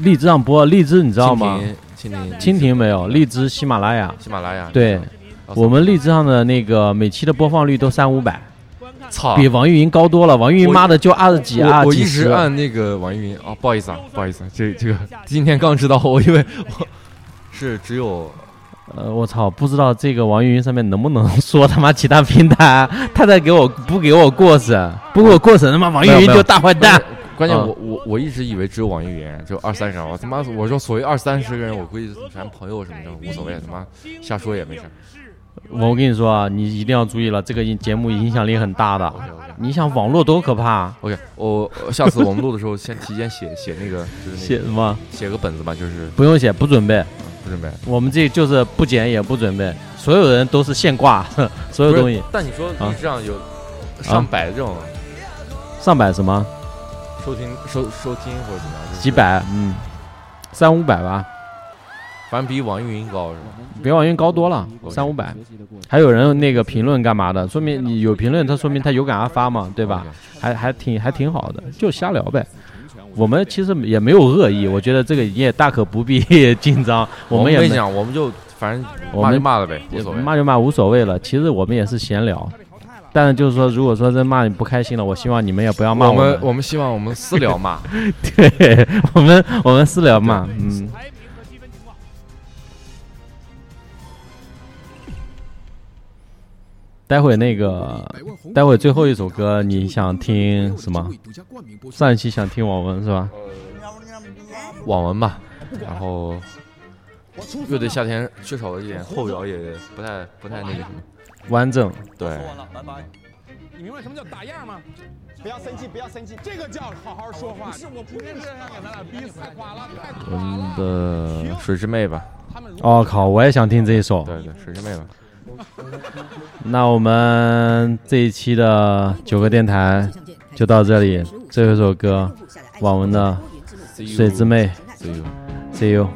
S1: 荔枝上播，荔枝你知道吗？
S2: 蜻蜓蜻蜓
S1: 蜻蜓没有，荔枝、喜马拉雅。
S2: 喜马拉雅哦
S1: 对，我们荔枝上的那个每期的播放率都三五百，
S2: 操
S1: 比网易云高多了。网易云妈的就二十几啊，
S2: 我我
S1: 几
S2: 一
S1: 十
S2: 直。按那个网易云啊，不好意思啊，不好意思啊，这这个今天刚知道，我以为我是只有
S1: 呃，我操，不知道这个网易云上面能不能说他妈其他平台，他在给我不给我过审，不给我过审，他妈网易
S2: 没有
S1: 云
S2: 没有
S1: 就大坏蛋
S2: 不是。关键
S1: 嗯
S2: 我我我一直以为只有网易云，只有二三十啊人。我他妈我说所谓二三十个人，我估计咱朋友什么的无所谓，他妈啊瞎说也没事儿。
S1: 我跟你说啊，你一定要注意了，这个影节目影响力很大的。你想网络多可怕啊
S2: OK，我我下次我们录的时候先提前写写那个，就是那个
S1: 写什么？
S2: 写个本子吧，就是
S1: 不用写，不准备，
S2: 嗯不准备。
S1: 我们这就是不剪也不准备，所有人都是现挂， 所有东
S2: 不
S1: 西
S2: 是。但你说
S1: 啊
S2: 你这样有上百这种
S1: 上百什么
S2: 收听收收听或者怎么样，就是
S1: 几百，嗯，三五百吧，
S2: 反正比网易云高是吧？
S1: 比网易云高多了，
S2: 嗯
S1: 三五百。还有人那个评论干嘛的？说明你有评论，他说明他有感而发
S2: 嗯
S1: 嘛，对吧？还还挺还挺好的，就瞎聊呗。我们其实也没有恶意，我觉得这个也大可不必 紧张。
S2: 我
S1: 们也
S2: 跟
S1: 没
S2: 你讲，我们就反正
S1: 我
S2: 骂
S1: 们
S2: 就骂了呗，无所谓。
S1: 骂就骂无所谓了。其实我们也是闲聊，但是就是说，如果说真骂你不开心了，我希望你们也不要骂
S2: 我
S1: 们。
S2: 们。我们希望我们私聊骂
S1: 对，我们我们私聊嘛，嗯。待会那个，待会最后一首歌你想听什么？上一期想听网文是吧？
S2: 网文吧，然后乐队夏天缺少了一点后摇，也不太不太那个什么。
S1: 完整。
S2: 对，
S7: 拜拜。你明白什么叫打样吗？不要生气，不要生气，这个叫好好说话。不是，我不是这样给咱俩逼死，太垮了，太垮
S2: 我们的水之妹吧。
S1: 哦靠，我也想听这一首。
S2: 对对，水之妹吧。
S1: 那我们这一期的九个电台就到这里，最后一首歌，网文的《水之妹》，See you。